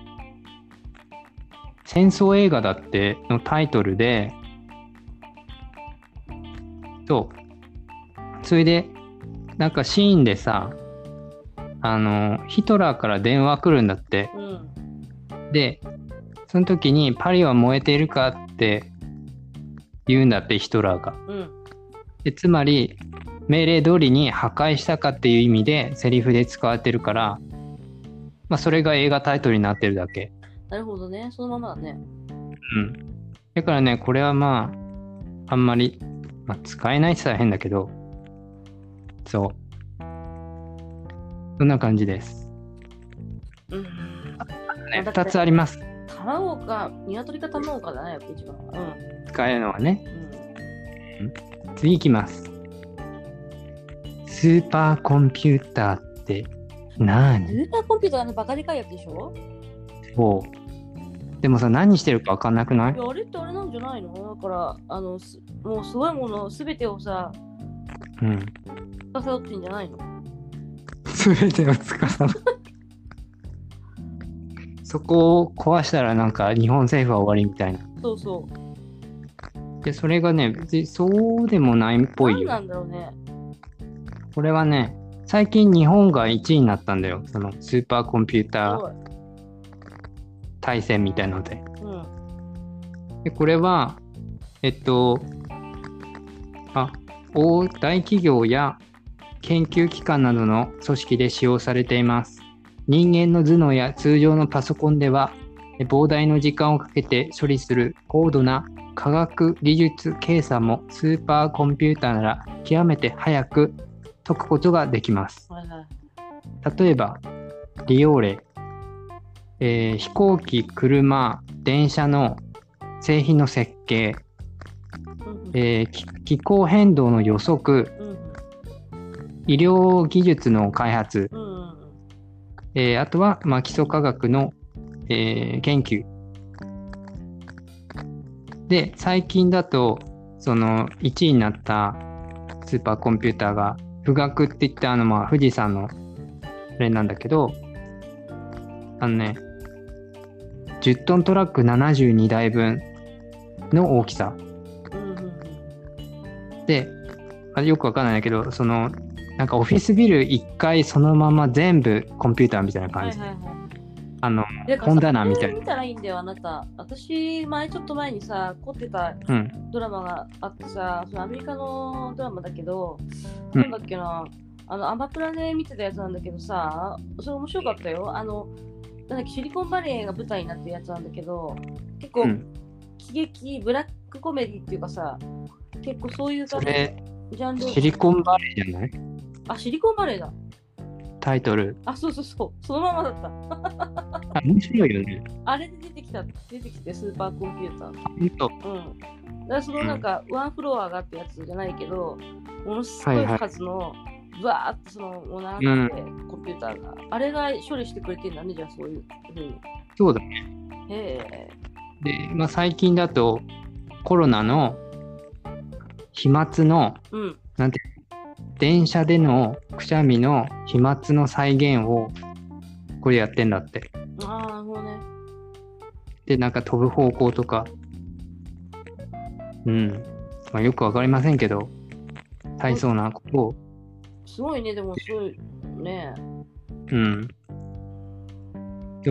[SPEAKER 2] 戦争映画だってのタイトルでそうそれでなんかシーンでさあのヒトラーから電話来るんだって
[SPEAKER 1] うん。
[SPEAKER 2] でその時に「パリは燃えているか?」って言うんだってヒトラーが。
[SPEAKER 1] うん。
[SPEAKER 2] でつまり命令通りに破壊したかっていう意味でセリフで使われてるから、まあ、それが映画タイトルになってるだけ、
[SPEAKER 1] なるほどね。そのままだね。
[SPEAKER 2] うん、だからねこれはまああんまり、まあ、使えないって言ったら変だけどそうそんな感じです、
[SPEAKER 1] うん。
[SPEAKER 2] ね、
[SPEAKER 1] だって
[SPEAKER 2] 2つあります
[SPEAKER 1] 卵か、鶏か卵かだね、やっぱ一番。
[SPEAKER 2] 使えるのはね
[SPEAKER 1] うん。うん。
[SPEAKER 2] 次いきます好スーパーコンピューターって何
[SPEAKER 1] ーパーコンピューターのバカでかいやつでしょ
[SPEAKER 2] そうでもさ何してるか分かんなくない
[SPEAKER 1] いやあれってあれなんじゃないのだからあのすもうすごいものすべてをさ
[SPEAKER 2] うん
[SPEAKER 1] さってんじゃないの
[SPEAKER 2] 全てを司るそこを壊したらなんか日本政府は終わりみたいな
[SPEAKER 1] そうそ
[SPEAKER 2] でそれがね別にそうでもないっ
[SPEAKER 1] う
[SPEAKER 2] ぽ
[SPEAKER 1] 何
[SPEAKER 2] い
[SPEAKER 1] な
[SPEAKER 2] よ
[SPEAKER 1] んだろうね
[SPEAKER 2] これはね最近日本が1位になったんだよそのスーパーコンピュー
[SPEAKER 1] す
[SPEAKER 2] ター
[SPEAKER 1] ごい
[SPEAKER 2] 対戦みたいので
[SPEAKER 1] うん
[SPEAKER 2] でこれはえっとあ大大企業や研究機関などの組織で使用されています人間の頭脳や通常のパソコンではえ膨大な時間をかけて処理する高度な科学技術計算もスーパーコンピューターなら極めて早く解くことができます
[SPEAKER 1] はいはい
[SPEAKER 2] 例えば利用例、えー飛行機車電車の製品の設計、
[SPEAKER 1] うんうん
[SPEAKER 2] えー気気候変動の予測
[SPEAKER 1] うん
[SPEAKER 2] 医療技術の開発、
[SPEAKER 1] うんうん
[SPEAKER 2] えーあとは、まあ、基礎科学の、えー研究で最近だとその1位になったスーパーコンピューターが富岳って言ったあのまあ富士山のあれなんだけどあのね10トントラック72台分の大きさ
[SPEAKER 1] うんうん
[SPEAKER 2] であよくわかんないんだけどそのなんかオフィスビル1階そのまま全部コンピューターみたいな
[SPEAKER 1] は
[SPEAKER 2] 感
[SPEAKER 1] い
[SPEAKER 2] じ、
[SPEAKER 1] はいはい
[SPEAKER 2] あの
[SPEAKER 1] だからさ
[SPEAKER 2] 本棚みたいな
[SPEAKER 1] 見たらいいんだよあなた私前ちょっと前にさ凝ってた
[SPEAKER 2] うん
[SPEAKER 1] ドラマがあってさ、そのアメリカのドラマだけど、
[SPEAKER 2] うん
[SPEAKER 1] なんだっけな、あのアマプラで見てたやつなんだけどさ、それ面白かったよ。あの、なんだっけ、シリコンバレーが舞台になってるやつなんだけど、結構、
[SPEAKER 2] うん
[SPEAKER 1] 喜劇、ブラックコメディっていうかさ、結構そういう
[SPEAKER 2] そ
[SPEAKER 1] 感じ
[SPEAKER 2] れ
[SPEAKER 1] ジャンル。
[SPEAKER 2] シリコンバレーじゃない
[SPEAKER 1] あ、シリコンバレーだ。
[SPEAKER 2] タイトル
[SPEAKER 1] あ、そうそうそう、そのままだった。
[SPEAKER 2] あ面白いよね
[SPEAKER 1] あれで出てきた、出てきて、スーパーコンピューター。
[SPEAKER 2] ほんと
[SPEAKER 1] うん。だからそのなんか、ワンフロアがあってやつじゃないけど、ものすごい数の、バーってその、もう並んでて、コンピューターが。あれが処理してくれてるんだね、じゃあそういうふうに。
[SPEAKER 2] そうだね
[SPEAKER 1] へえ。
[SPEAKER 2] で、まあ、最近だとコロナの飛沫の
[SPEAKER 1] うん。
[SPEAKER 2] 電車でのくしゃみの飛沫の再現をこれやってんだって
[SPEAKER 1] ああ、なるほどね。
[SPEAKER 2] でなんか飛ぶ方向とかうん、まあ、よくわかりませんけど大層なことを
[SPEAKER 1] すごいね、でもすごいね。
[SPEAKER 2] うん今日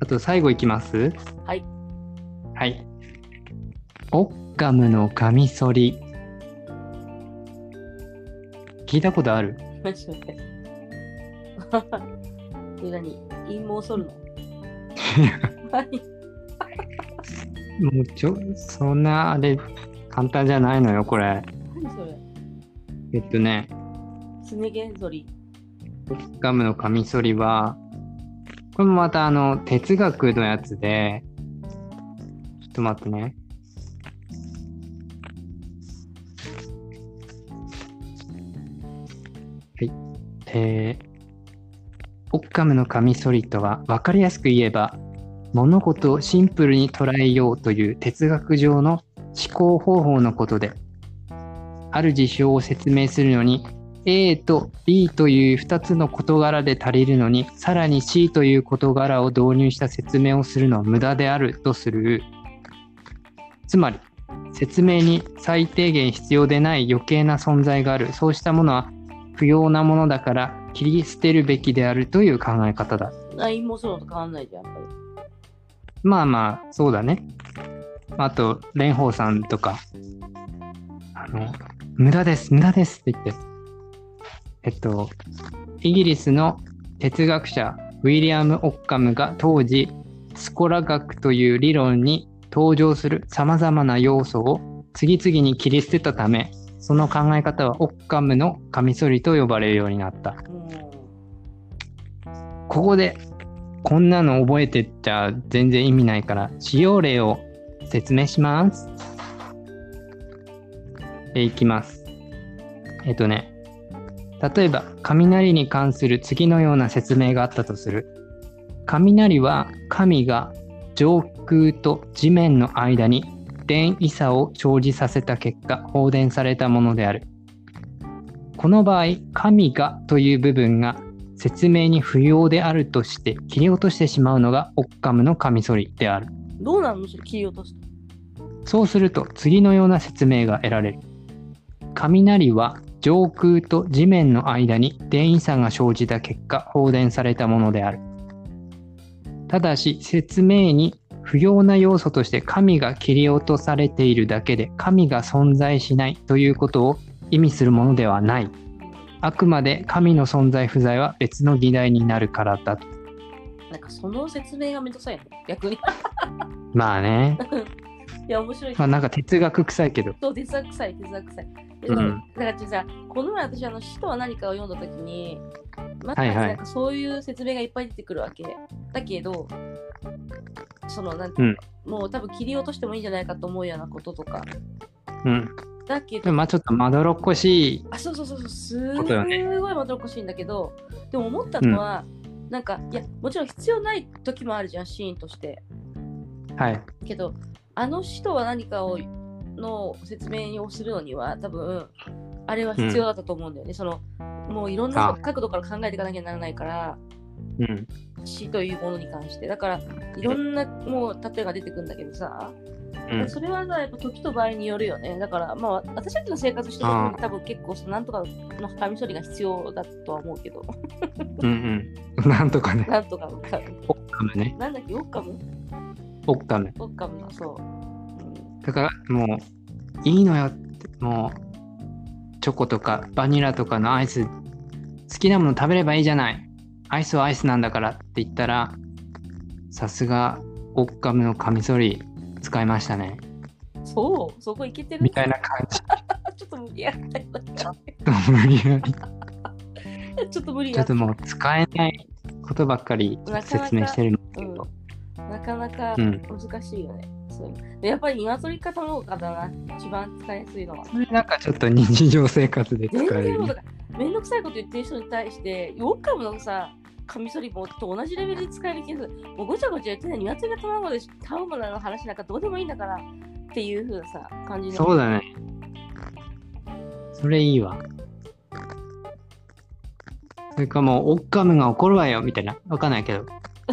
[SPEAKER 2] あと最後いきます
[SPEAKER 1] はい
[SPEAKER 2] はいオッカムのカミソリ聞いたことある
[SPEAKER 1] 何それ。で 何陰謀する の何
[SPEAKER 2] もうちょそんなあれ簡単じゃないのよこれ
[SPEAKER 1] 何それ
[SPEAKER 2] えっとね
[SPEAKER 1] すね毛剃り。
[SPEAKER 2] ガムのカミソリは、これもまたあの哲学のやつで、ちょっと待ってね。はい。えー、オッカムのカミソリとは、わかりやすく言えば、物事をシンプルに捉えようという哲学上の思考方法のことで、ある事象を説明するのに A と B という2つの事柄で足りるのにさらに C という事柄を導入した説明をするのは無駄であるとするつまり説明に最低限必要でない余計な存在があるそうしたものは不要なものだから切り捨てるべきであるという考え方だ
[SPEAKER 1] あ陰謀するのと変わんないじゃん、やっぱり。
[SPEAKER 2] まあまあそうだねあと蓮舫さんとかあの無駄です無駄ですって言ってえっとイギリスの哲学者ウィリアム・オッカムが当時スコラ学という理論に登場するさまざまな要素を次々に切り捨てたためその考え方はオッカムのカミソリと呼ばれるようになった
[SPEAKER 1] うん。
[SPEAKER 2] ここでこんなの覚えてっちゃ全然意味ないから使用例を説明します。えーいきます。えっ、とね、例えば、雷に関する次のような説明があったとする。雷は神が上空と地面の間に電位差を生じさせた結果、放電されたものである。この場合、神がという部分が説明に不要であるとして切り落としてしまうのがオッカムのカミソリである。
[SPEAKER 1] どうなのそれ切り落とすと。
[SPEAKER 2] そうすると次のような説明が得られる。雷は上空と地面の間に電位差が生じた結果放電されたものである。ただし説明に不要な要素として神が切り落とされているだけで神が存在しないということを意味するものではない。あくまで神の存在不在は別の議題になるからだと。
[SPEAKER 1] なんかその説明がめんどくさいね。逆に。
[SPEAKER 2] まあね。
[SPEAKER 1] いや、面白い。
[SPEAKER 2] まあなんか哲学臭いけど。
[SPEAKER 1] そう、哲学臭い、哲学臭い。で
[SPEAKER 2] うん
[SPEAKER 1] だからちょっとさ、この前私、あの、死とは何かを読んだときに、まあ
[SPEAKER 2] はいはい
[SPEAKER 1] なんかそういう説明がいっぱい出てくるわけ。だけど、その、なんて、
[SPEAKER 2] うん
[SPEAKER 1] もう多分切り落としてもいいんじゃないかと思うようなこととか。
[SPEAKER 2] うん。
[SPEAKER 1] だけ
[SPEAKER 2] で
[SPEAKER 1] ど、
[SPEAKER 2] もまあちょっとまどろっこしい
[SPEAKER 1] あ、そうそうそうそう、す
[SPEAKER 2] ことよ
[SPEAKER 1] ごいまどろっこしいんだけど、でも思ったのは、なんか、いや、もちろん必要ない時もあるじゃん、シーンとして。
[SPEAKER 2] はい。
[SPEAKER 1] けどあの死とは何かをの説明をするのには多分あれは必要だったと思うんだよね、そのもういろんな
[SPEAKER 2] あ
[SPEAKER 1] 角度から考えていかなきゃならないから
[SPEAKER 2] うん。
[SPEAKER 1] 死というものに関してだからいろんなもう例えが出てくるんだけどさ、
[SPEAKER 2] うん。
[SPEAKER 1] それはさやっぱ時と場合によるよねだからまあ私たちの生活してる時
[SPEAKER 2] あ
[SPEAKER 1] に多分結構そのなんとかのカミソリが必要だとは思うけど
[SPEAKER 2] うんうん。なんとかね。
[SPEAKER 1] なんとか
[SPEAKER 2] オッカムね。
[SPEAKER 1] なんだっけオッカム
[SPEAKER 2] オッカム。
[SPEAKER 1] オッカムのそう、うん
[SPEAKER 2] だからもう、いいのよって、もう、チョコとかバニラとかのアイス、好きなもの食べればいいじゃない。アイスはアイスなんだからって言ったら、さすが、オッカムのカミソリ使いましたね。
[SPEAKER 1] そうそこいけてる
[SPEAKER 2] みたいな感じ。
[SPEAKER 1] ちょっと無理やった よ
[SPEAKER 2] 無理やり
[SPEAKER 1] ちょっと無理
[SPEAKER 2] ちょ
[SPEAKER 1] や
[SPEAKER 2] っともう使えないことばっかり説明してるんですけど。
[SPEAKER 1] うん、なかなか
[SPEAKER 2] うん
[SPEAKER 1] 難しいよね。そうでやっぱり鶏か卵かだな、一番使いやすいのは。
[SPEAKER 2] それなんかちょっと日常生活で使
[SPEAKER 1] 全
[SPEAKER 2] え
[SPEAKER 1] 然
[SPEAKER 2] る
[SPEAKER 1] もう。だからめんどくさいこと言ってる人に対して、よっかものさ、カミソリ棒と同じレベルで使える気がする。もうごちゃごちゃ言ってない、鶏か卵でし卵の話なんかどうでもいいんだからっていう風なさ、感じの。
[SPEAKER 2] そうだね。それいいわ。それかもう、オッカムが怒るわよ、みたいな。わかんないけど。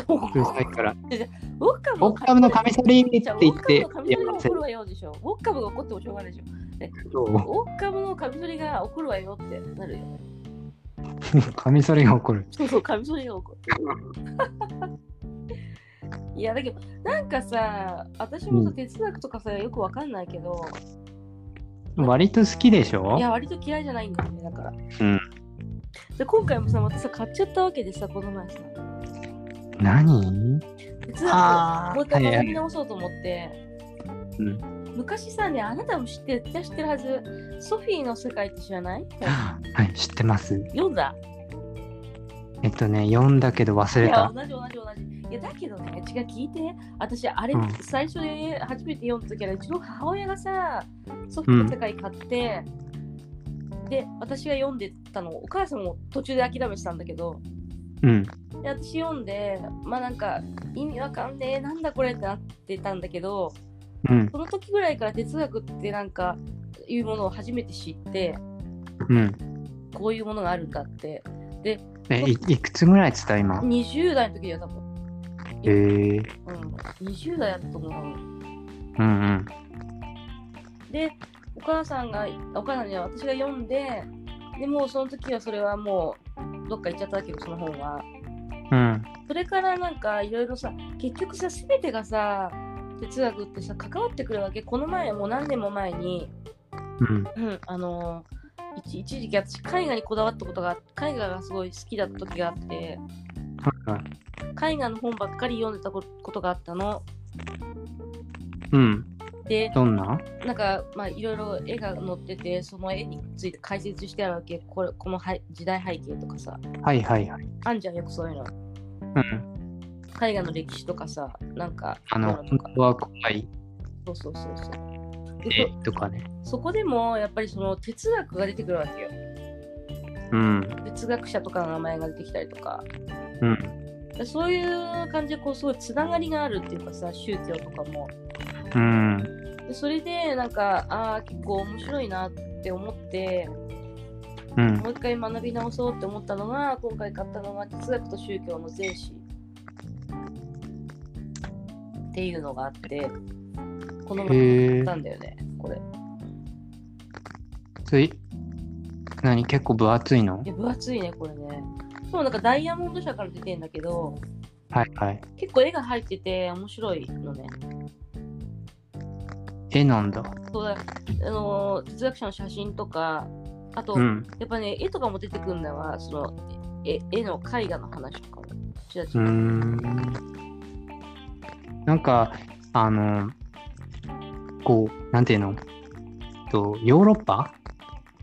[SPEAKER 1] オ
[SPEAKER 2] うるさいから。
[SPEAKER 1] ッカム
[SPEAKER 2] オッカムのカミソリって
[SPEAKER 1] じゃあ
[SPEAKER 2] 言
[SPEAKER 1] ウォッ
[SPEAKER 2] っ
[SPEAKER 1] カム
[SPEAKER 2] て
[SPEAKER 1] のカ、ミソ
[SPEAKER 2] いや
[SPEAKER 1] リが
[SPEAKER 2] せ
[SPEAKER 1] 怒るわよでしょ。ウォッカムが怒ってもしょうがないでしょ。
[SPEAKER 2] そう
[SPEAKER 1] ウォッカムのカミソリが怒るわよってなるよ。
[SPEAKER 2] カミソリが怒る。
[SPEAKER 1] そうそう、カミソリが起こる。いや、だけど、なんかさ、私もさ、
[SPEAKER 2] うん
[SPEAKER 1] 哲学とかさ、よくわかんないけど、
[SPEAKER 2] 割と好きでしょ
[SPEAKER 1] いや、割と嫌いじゃないんだよね、だから。
[SPEAKER 2] うん。
[SPEAKER 1] で、今回もさ、またさ、買っちゃったわけでさ、この前さ、
[SPEAKER 2] 何
[SPEAKER 1] 哲学をもう一回
[SPEAKER 2] はいは
[SPEAKER 1] 学び
[SPEAKER 2] い
[SPEAKER 1] 直そうと思って、
[SPEAKER 2] う
[SPEAKER 1] 昔さね、あなたも知ってる、絶対知ってるはず、ソフィーの世界って知ら ない
[SPEAKER 2] はい、知ってます。
[SPEAKER 1] 読んだ
[SPEAKER 2] えっとね、読んだけど忘
[SPEAKER 1] い
[SPEAKER 2] れ
[SPEAKER 1] や、
[SPEAKER 2] た。
[SPEAKER 1] 同じ同じ同じ。いや、だけどね、違う、聞いてね、私、あれ、
[SPEAKER 2] うん
[SPEAKER 1] 最初で初めて読んだ時は、うちの母親がさ、ソフトの世界買って、で、私が読んでたの、お母さんも途中で諦めてたんだけど、
[SPEAKER 2] うん。
[SPEAKER 1] で私読んで、まあなんか、意味わかんねえ、なんだこれってなってたんだけど、
[SPEAKER 2] うん。
[SPEAKER 1] その時ぐらいから哲学ってなんか、いうものを初めて知って、
[SPEAKER 2] うん。
[SPEAKER 1] こういうものがあるんだって、
[SPEAKER 2] え、いいくつぐらいっつった今。
[SPEAKER 1] 20代の時だよ、多分。
[SPEAKER 2] えー。
[SPEAKER 1] うん、20代だったと思うな。
[SPEAKER 2] うんうん。
[SPEAKER 1] でお母さんがお母さんには私が読んででもうその時はそれはもうどっか行っちゃったけどその本は
[SPEAKER 2] うん。
[SPEAKER 1] それからなんかいろいろさ結局さ全てがさ哲学ってさ関わってくるわけこの前もう何年も前に、
[SPEAKER 2] うん。
[SPEAKER 1] うん、あのー一一時期私絵画にこだわったことが絵画がすごい好きだった時があって
[SPEAKER 2] はいはい
[SPEAKER 1] 絵画の本ばっかり読んでたこことがあったの
[SPEAKER 2] うん。
[SPEAKER 1] で
[SPEAKER 2] どんな
[SPEAKER 1] なんかまあいろいろ絵が載っててその絵について解説してあるわけこれこのはい時代背景とかさ
[SPEAKER 2] はいはいはい。
[SPEAKER 1] あんじゃんよくそういうの
[SPEAKER 2] うん。
[SPEAKER 1] 絵画の歴史とかさなんか
[SPEAKER 2] あの、
[SPEAKER 1] なん
[SPEAKER 2] 本
[SPEAKER 1] か
[SPEAKER 2] 当は怖い。
[SPEAKER 1] そうそうそうそう
[SPEAKER 2] でとかね。
[SPEAKER 1] そこでもやっぱりその哲学が出てくるわけよ
[SPEAKER 2] うん。
[SPEAKER 1] 哲学者とかの名前が出てきたりとか
[SPEAKER 2] うん。
[SPEAKER 1] そういう感じでこうすごいつながりがあるっていうかさ宗教とかも
[SPEAKER 2] うん。
[SPEAKER 1] でそれでなんかああ結構面白いなって思って
[SPEAKER 2] うん。
[SPEAKER 1] もう一回学び直そうって思ったのが今回買ったのが哲学と宗教の全史っていうのがあってこの前
[SPEAKER 2] へ
[SPEAKER 1] 買
[SPEAKER 2] え
[SPEAKER 1] っ。たんだよねこれ
[SPEAKER 2] つい。何結構分厚いの
[SPEAKER 1] いや分厚いねこれねしかもなんかダイヤモンド社から出てんだけど
[SPEAKER 2] はいはい。
[SPEAKER 1] 結構絵が入ってて面白いのね
[SPEAKER 2] 絵なんだ。
[SPEAKER 1] そうだあのー哲学者の写真とかあと、
[SPEAKER 2] うん。
[SPEAKER 1] やっぱね絵とかも出てくるんだわその絵絵の絵画の話とかもちらち
[SPEAKER 2] うー
[SPEAKER 1] ら
[SPEAKER 2] ん。なんか、あの、こう、なんていうのと、ヨーロッパ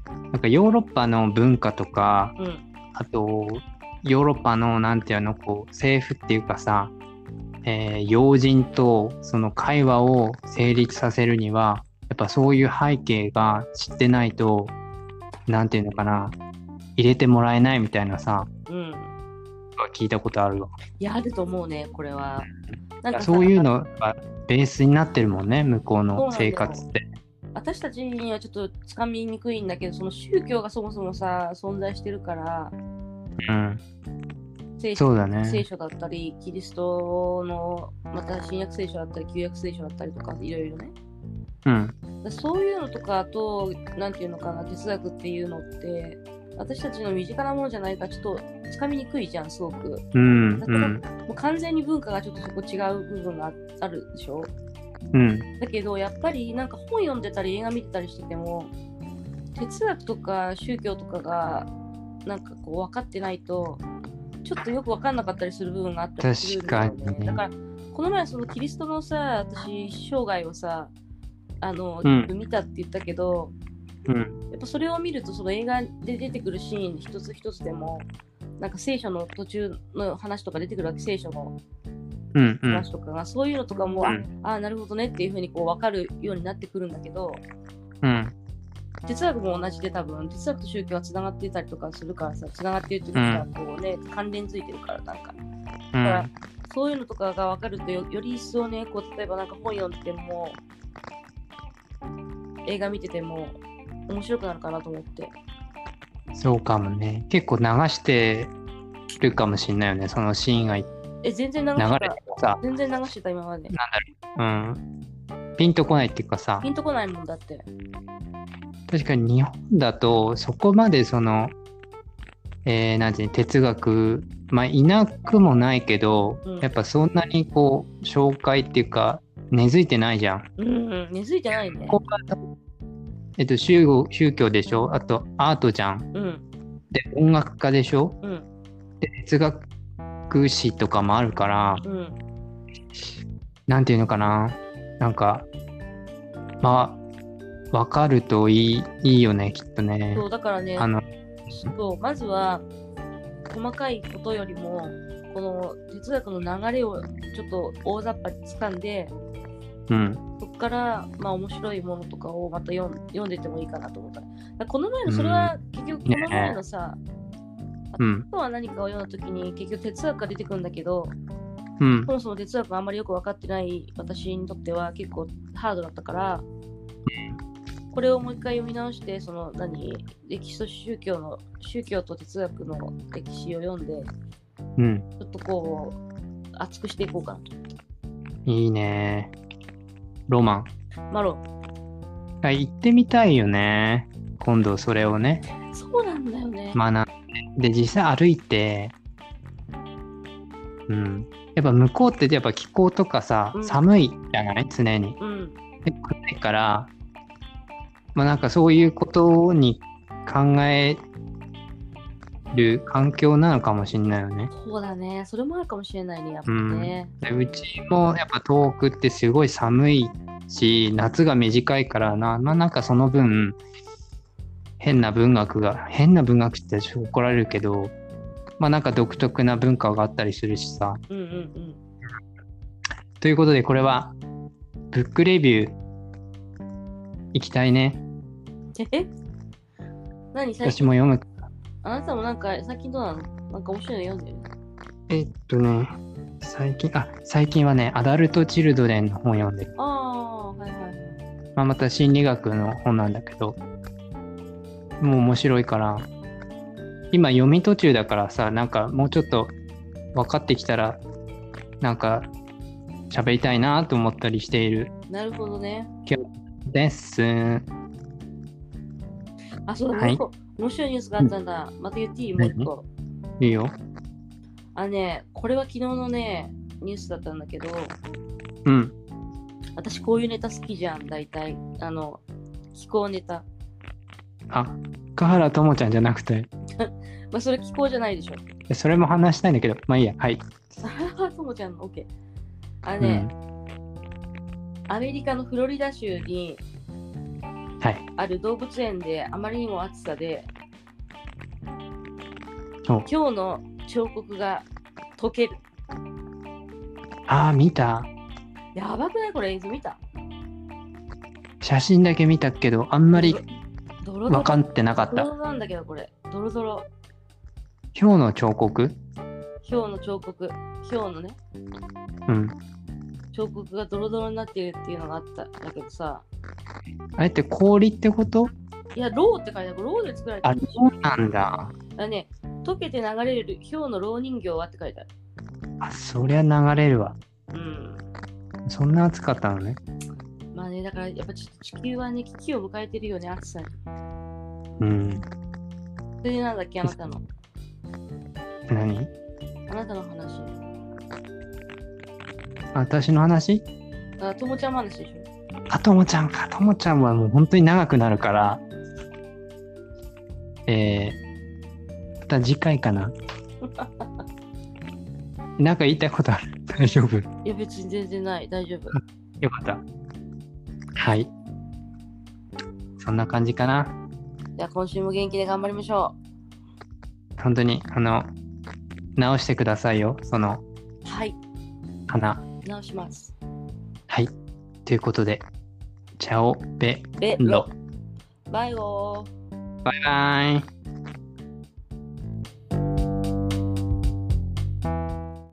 [SPEAKER 2] なんかヨーロッパの文化とか、
[SPEAKER 1] うん
[SPEAKER 2] あと、ヨーロッパの、なんていうの、こう、政府っていうかさ、えー要人とその会話を成立させるには、やっぱそういう背景が知ってないと、なんていうのかな、入れてもらえないみたいなさ、
[SPEAKER 1] うん
[SPEAKER 2] 聞いたことあるわ。
[SPEAKER 1] いやあると思うねこれはなんさ
[SPEAKER 2] そういうのがベースになってるもんね、向こう
[SPEAKER 1] そう
[SPEAKER 2] の
[SPEAKER 1] なんだよ
[SPEAKER 2] 生活って。
[SPEAKER 1] 私たちにはちょっとつかみにくいんだけどその宗教がそもそもさ存在してるから
[SPEAKER 2] うん、
[SPEAKER 1] 聖書
[SPEAKER 2] そうだ
[SPEAKER 1] 聖
[SPEAKER 2] ね。
[SPEAKER 1] 書だったりキリストのまた新約聖書だったり旧約聖書だったりとかいろいろね
[SPEAKER 2] うん、
[SPEAKER 1] だそういうのとかと、なんていうのかな、哲学っていうのって、私たちの身近なものじゃないから、ちょっとつかみにくいじゃん、すごく。も
[SPEAKER 2] うん、うん、
[SPEAKER 1] う完全に文化がちょっとそこ違う部分がああるでしょ。
[SPEAKER 2] うん、
[SPEAKER 1] だけど、やっぱりなんか本読んでたり、映画見てたりしてても、哲学とか宗教とかが、なんかこう分かってないと、ちょっとよく分かんなかったりする部分があったりするんだよ
[SPEAKER 2] 確かに
[SPEAKER 1] ね。だから、この前、そのキリストのさ、私、生涯をさ、あの、
[SPEAKER 2] うん
[SPEAKER 1] 見たって言ったけど、
[SPEAKER 2] うん、
[SPEAKER 1] やっぱそれを見るとその映画で出てくるシーン一つ一つでもなんか聖書の途中の話とか出てくるわけ聖書の
[SPEAKER 2] うん、うん
[SPEAKER 1] 話とかが、そういうのとかも、
[SPEAKER 2] う
[SPEAKER 1] あ
[SPEAKER 2] ん
[SPEAKER 1] あーなるほどねっていうふうにこう分かるようになってくるんだけど
[SPEAKER 2] うん、
[SPEAKER 1] 哲学も同じで多分哲学と宗教はつながっていたりとかするからさつながっているってことはこうね、関連づいてるからなんか
[SPEAKER 2] う
[SPEAKER 1] だか
[SPEAKER 2] ん
[SPEAKER 1] ら、そういうのとかが分かるとよより一層ねこう例えばなんか本読んでても映画見てても面白くなるかなと思って。
[SPEAKER 2] そうかもね。結構流してるかもしんないよね、そのシーンが流
[SPEAKER 1] え、全然流して
[SPEAKER 2] れ
[SPEAKER 1] た
[SPEAKER 2] て。さ、
[SPEAKER 1] 全然流してた、今まで。
[SPEAKER 2] うん、ピンとこないっていうかさ
[SPEAKER 1] ピ、ンとこないもんだって。
[SPEAKER 2] 確かに日本だとそこまでその、えーなんていうの哲学まあいなくもないけど、
[SPEAKER 1] うん
[SPEAKER 2] やっぱそんなにこう紹介っていうか根付いてないじゃん。
[SPEAKER 1] うん、うん、根付いてないね。
[SPEAKER 2] ここがえっと宗教宗教でしょあとアートじゃん。
[SPEAKER 1] うん、
[SPEAKER 2] で音楽家でしょ
[SPEAKER 1] うん、
[SPEAKER 2] で哲学史とかもあるから
[SPEAKER 1] うん、
[SPEAKER 2] なんていうのかななんかまあ分かるといいいいよねきっとね
[SPEAKER 1] そ。う、だからね
[SPEAKER 2] あ、の
[SPEAKER 1] そう、まずは、細かいことよりも、この哲学の流れをちょっと大雑把に掴んで、
[SPEAKER 2] うん
[SPEAKER 1] そこから、まあ、面白いものとかをまた読ん読んでてもいいかなと思った。だからこの前の、それは、結局、この前のさ、
[SPEAKER 2] うん
[SPEAKER 1] 今日は何かを読んだときに、結局哲学が出てくるんだけど、
[SPEAKER 2] うん
[SPEAKER 1] そもそも哲学があんまりよく分かってない私にとっては結構ハードだったから、これをもう一回読み直して、その何、歴史と宗教の、宗教と哲学の歴史を読んで、
[SPEAKER 2] うん
[SPEAKER 1] ちょっとこう、熱くしていこうかなと。
[SPEAKER 2] いいね。ロマン。
[SPEAKER 1] マロ、
[SPEAKER 2] あ行ってみたいよね。今度それをね、
[SPEAKER 1] そうなんだよね。
[SPEAKER 2] 学んで。で、実際歩いて、うん。やっぱ向こうってやっぱ気候とかさ
[SPEAKER 1] う、ん
[SPEAKER 2] 寒いじゃない常に。
[SPEAKER 1] うん、
[SPEAKER 2] で暗いから、まあなんかそういうことに考える環境なのかもしんないよね。
[SPEAKER 1] そうだね。それもあるかもしれないね、やっぱね。
[SPEAKER 2] でうちもやっぱ東北ってすごい寒いし夏が短いからな、まあ、なんかその分変な文学が変な文学って怒られるけどまあなんか独特な文化があったりするしさ
[SPEAKER 1] うん、うん、
[SPEAKER 2] ということでこれはブックレビュー行きたいね。
[SPEAKER 1] え何最
[SPEAKER 2] 私
[SPEAKER 1] 近
[SPEAKER 2] も読む。
[SPEAKER 1] あなたもなんか最近どうなのなんか面白いの読んでる
[SPEAKER 2] えっとね、最近、あ、最近はね、アダルト・チルドレンの本読んでる。
[SPEAKER 1] ああはいはい
[SPEAKER 2] まあ、また心理学の本なんだけど、もう面白いから、今読み途中だからさ、なんかもうちょっと分かってきたら、なんか喋りたいなと思ったりしている
[SPEAKER 1] なるほどね
[SPEAKER 2] です。
[SPEAKER 1] あそうだ、
[SPEAKER 2] はい
[SPEAKER 1] もう一個面白いニュースがあったんだまた言っていいもう一個
[SPEAKER 2] いいよ。
[SPEAKER 1] あねこれは昨日のねニュースだったんだけど
[SPEAKER 2] うん。
[SPEAKER 1] 私こういうネタ好きじゃん大体あの気候ネタ
[SPEAKER 2] あ、香原朋ちゃんじゃなくて、
[SPEAKER 1] まあそれ気候じゃないでしょ
[SPEAKER 2] それも話したいんだけど、まあいいや、はい。
[SPEAKER 1] さあともちゃんの OK あね、アメリカのフロリダ州に
[SPEAKER 2] はい
[SPEAKER 1] ある動物園であまりにも暑さで、
[SPEAKER 2] お
[SPEAKER 1] 今日の彫刻が溶ける
[SPEAKER 2] ああ、見た。
[SPEAKER 1] やばくないこれ映像見た
[SPEAKER 2] 写真だけ見たけど、あんまり
[SPEAKER 1] ドロドロ
[SPEAKER 2] 分かってなかっ
[SPEAKER 1] ドロド
[SPEAKER 2] た。
[SPEAKER 1] ロなんだけどこれドロドロ
[SPEAKER 2] 今日の彫刻
[SPEAKER 1] ヒョウの彫刻ヒョウのね
[SPEAKER 2] うん。
[SPEAKER 1] 彫刻がドロドロになってるっていうのがあったんだけどさ
[SPEAKER 2] あれって氷ってこと
[SPEAKER 1] いやローって書いてあるローで作られて
[SPEAKER 2] あ、
[SPEAKER 1] るでし
[SPEAKER 2] そ
[SPEAKER 1] ょ
[SPEAKER 2] うなんだ。
[SPEAKER 1] あね溶けて流れるヒョウのろう人形はって書いてある
[SPEAKER 2] あ、そりゃ流れるわ。
[SPEAKER 1] うん
[SPEAKER 2] そんな暑かったのね。
[SPEAKER 1] まあね、だからやっぱちょっと地球はね、危機を迎えてるよね、暑さに。
[SPEAKER 2] うん。
[SPEAKER 1] それでなんだっけ、あなたの。
[SPEAKER 2] 何
[SPEAKER 1] あなたの話。
[SPEAKER 2] 私の話
[SPEAKER 1] あ、ともちゃん話でしょ。
[SPEAKER 2] あ、ともちゃんか。ともちゃんはもう本当に長くなるから。えー、また次回かな。なんか言いたいことある。大丈夫。
[SPEAKER 1] いや、別に全然ない。大丈夫。
[SPEAKER 2] よかった。はい。そんな感じかな。
[SPEAKER 1] じゃあ、今週も元気で頑張りましょ
[SPEAKER 2] 本当に、あの、直してくださいよ。その、
[SPEAKER 1] う。はい、
[SPEAKER 2] 花。
[SPEAKER 1] 直します。
[SPEAKER 2] はい。ということで、チャオベ
[SPEAKER 1] レ、
[SPEAKER 2] ロ。
[SPEAKER 1] バイオー。
[SPEAKER 2] バイバイ。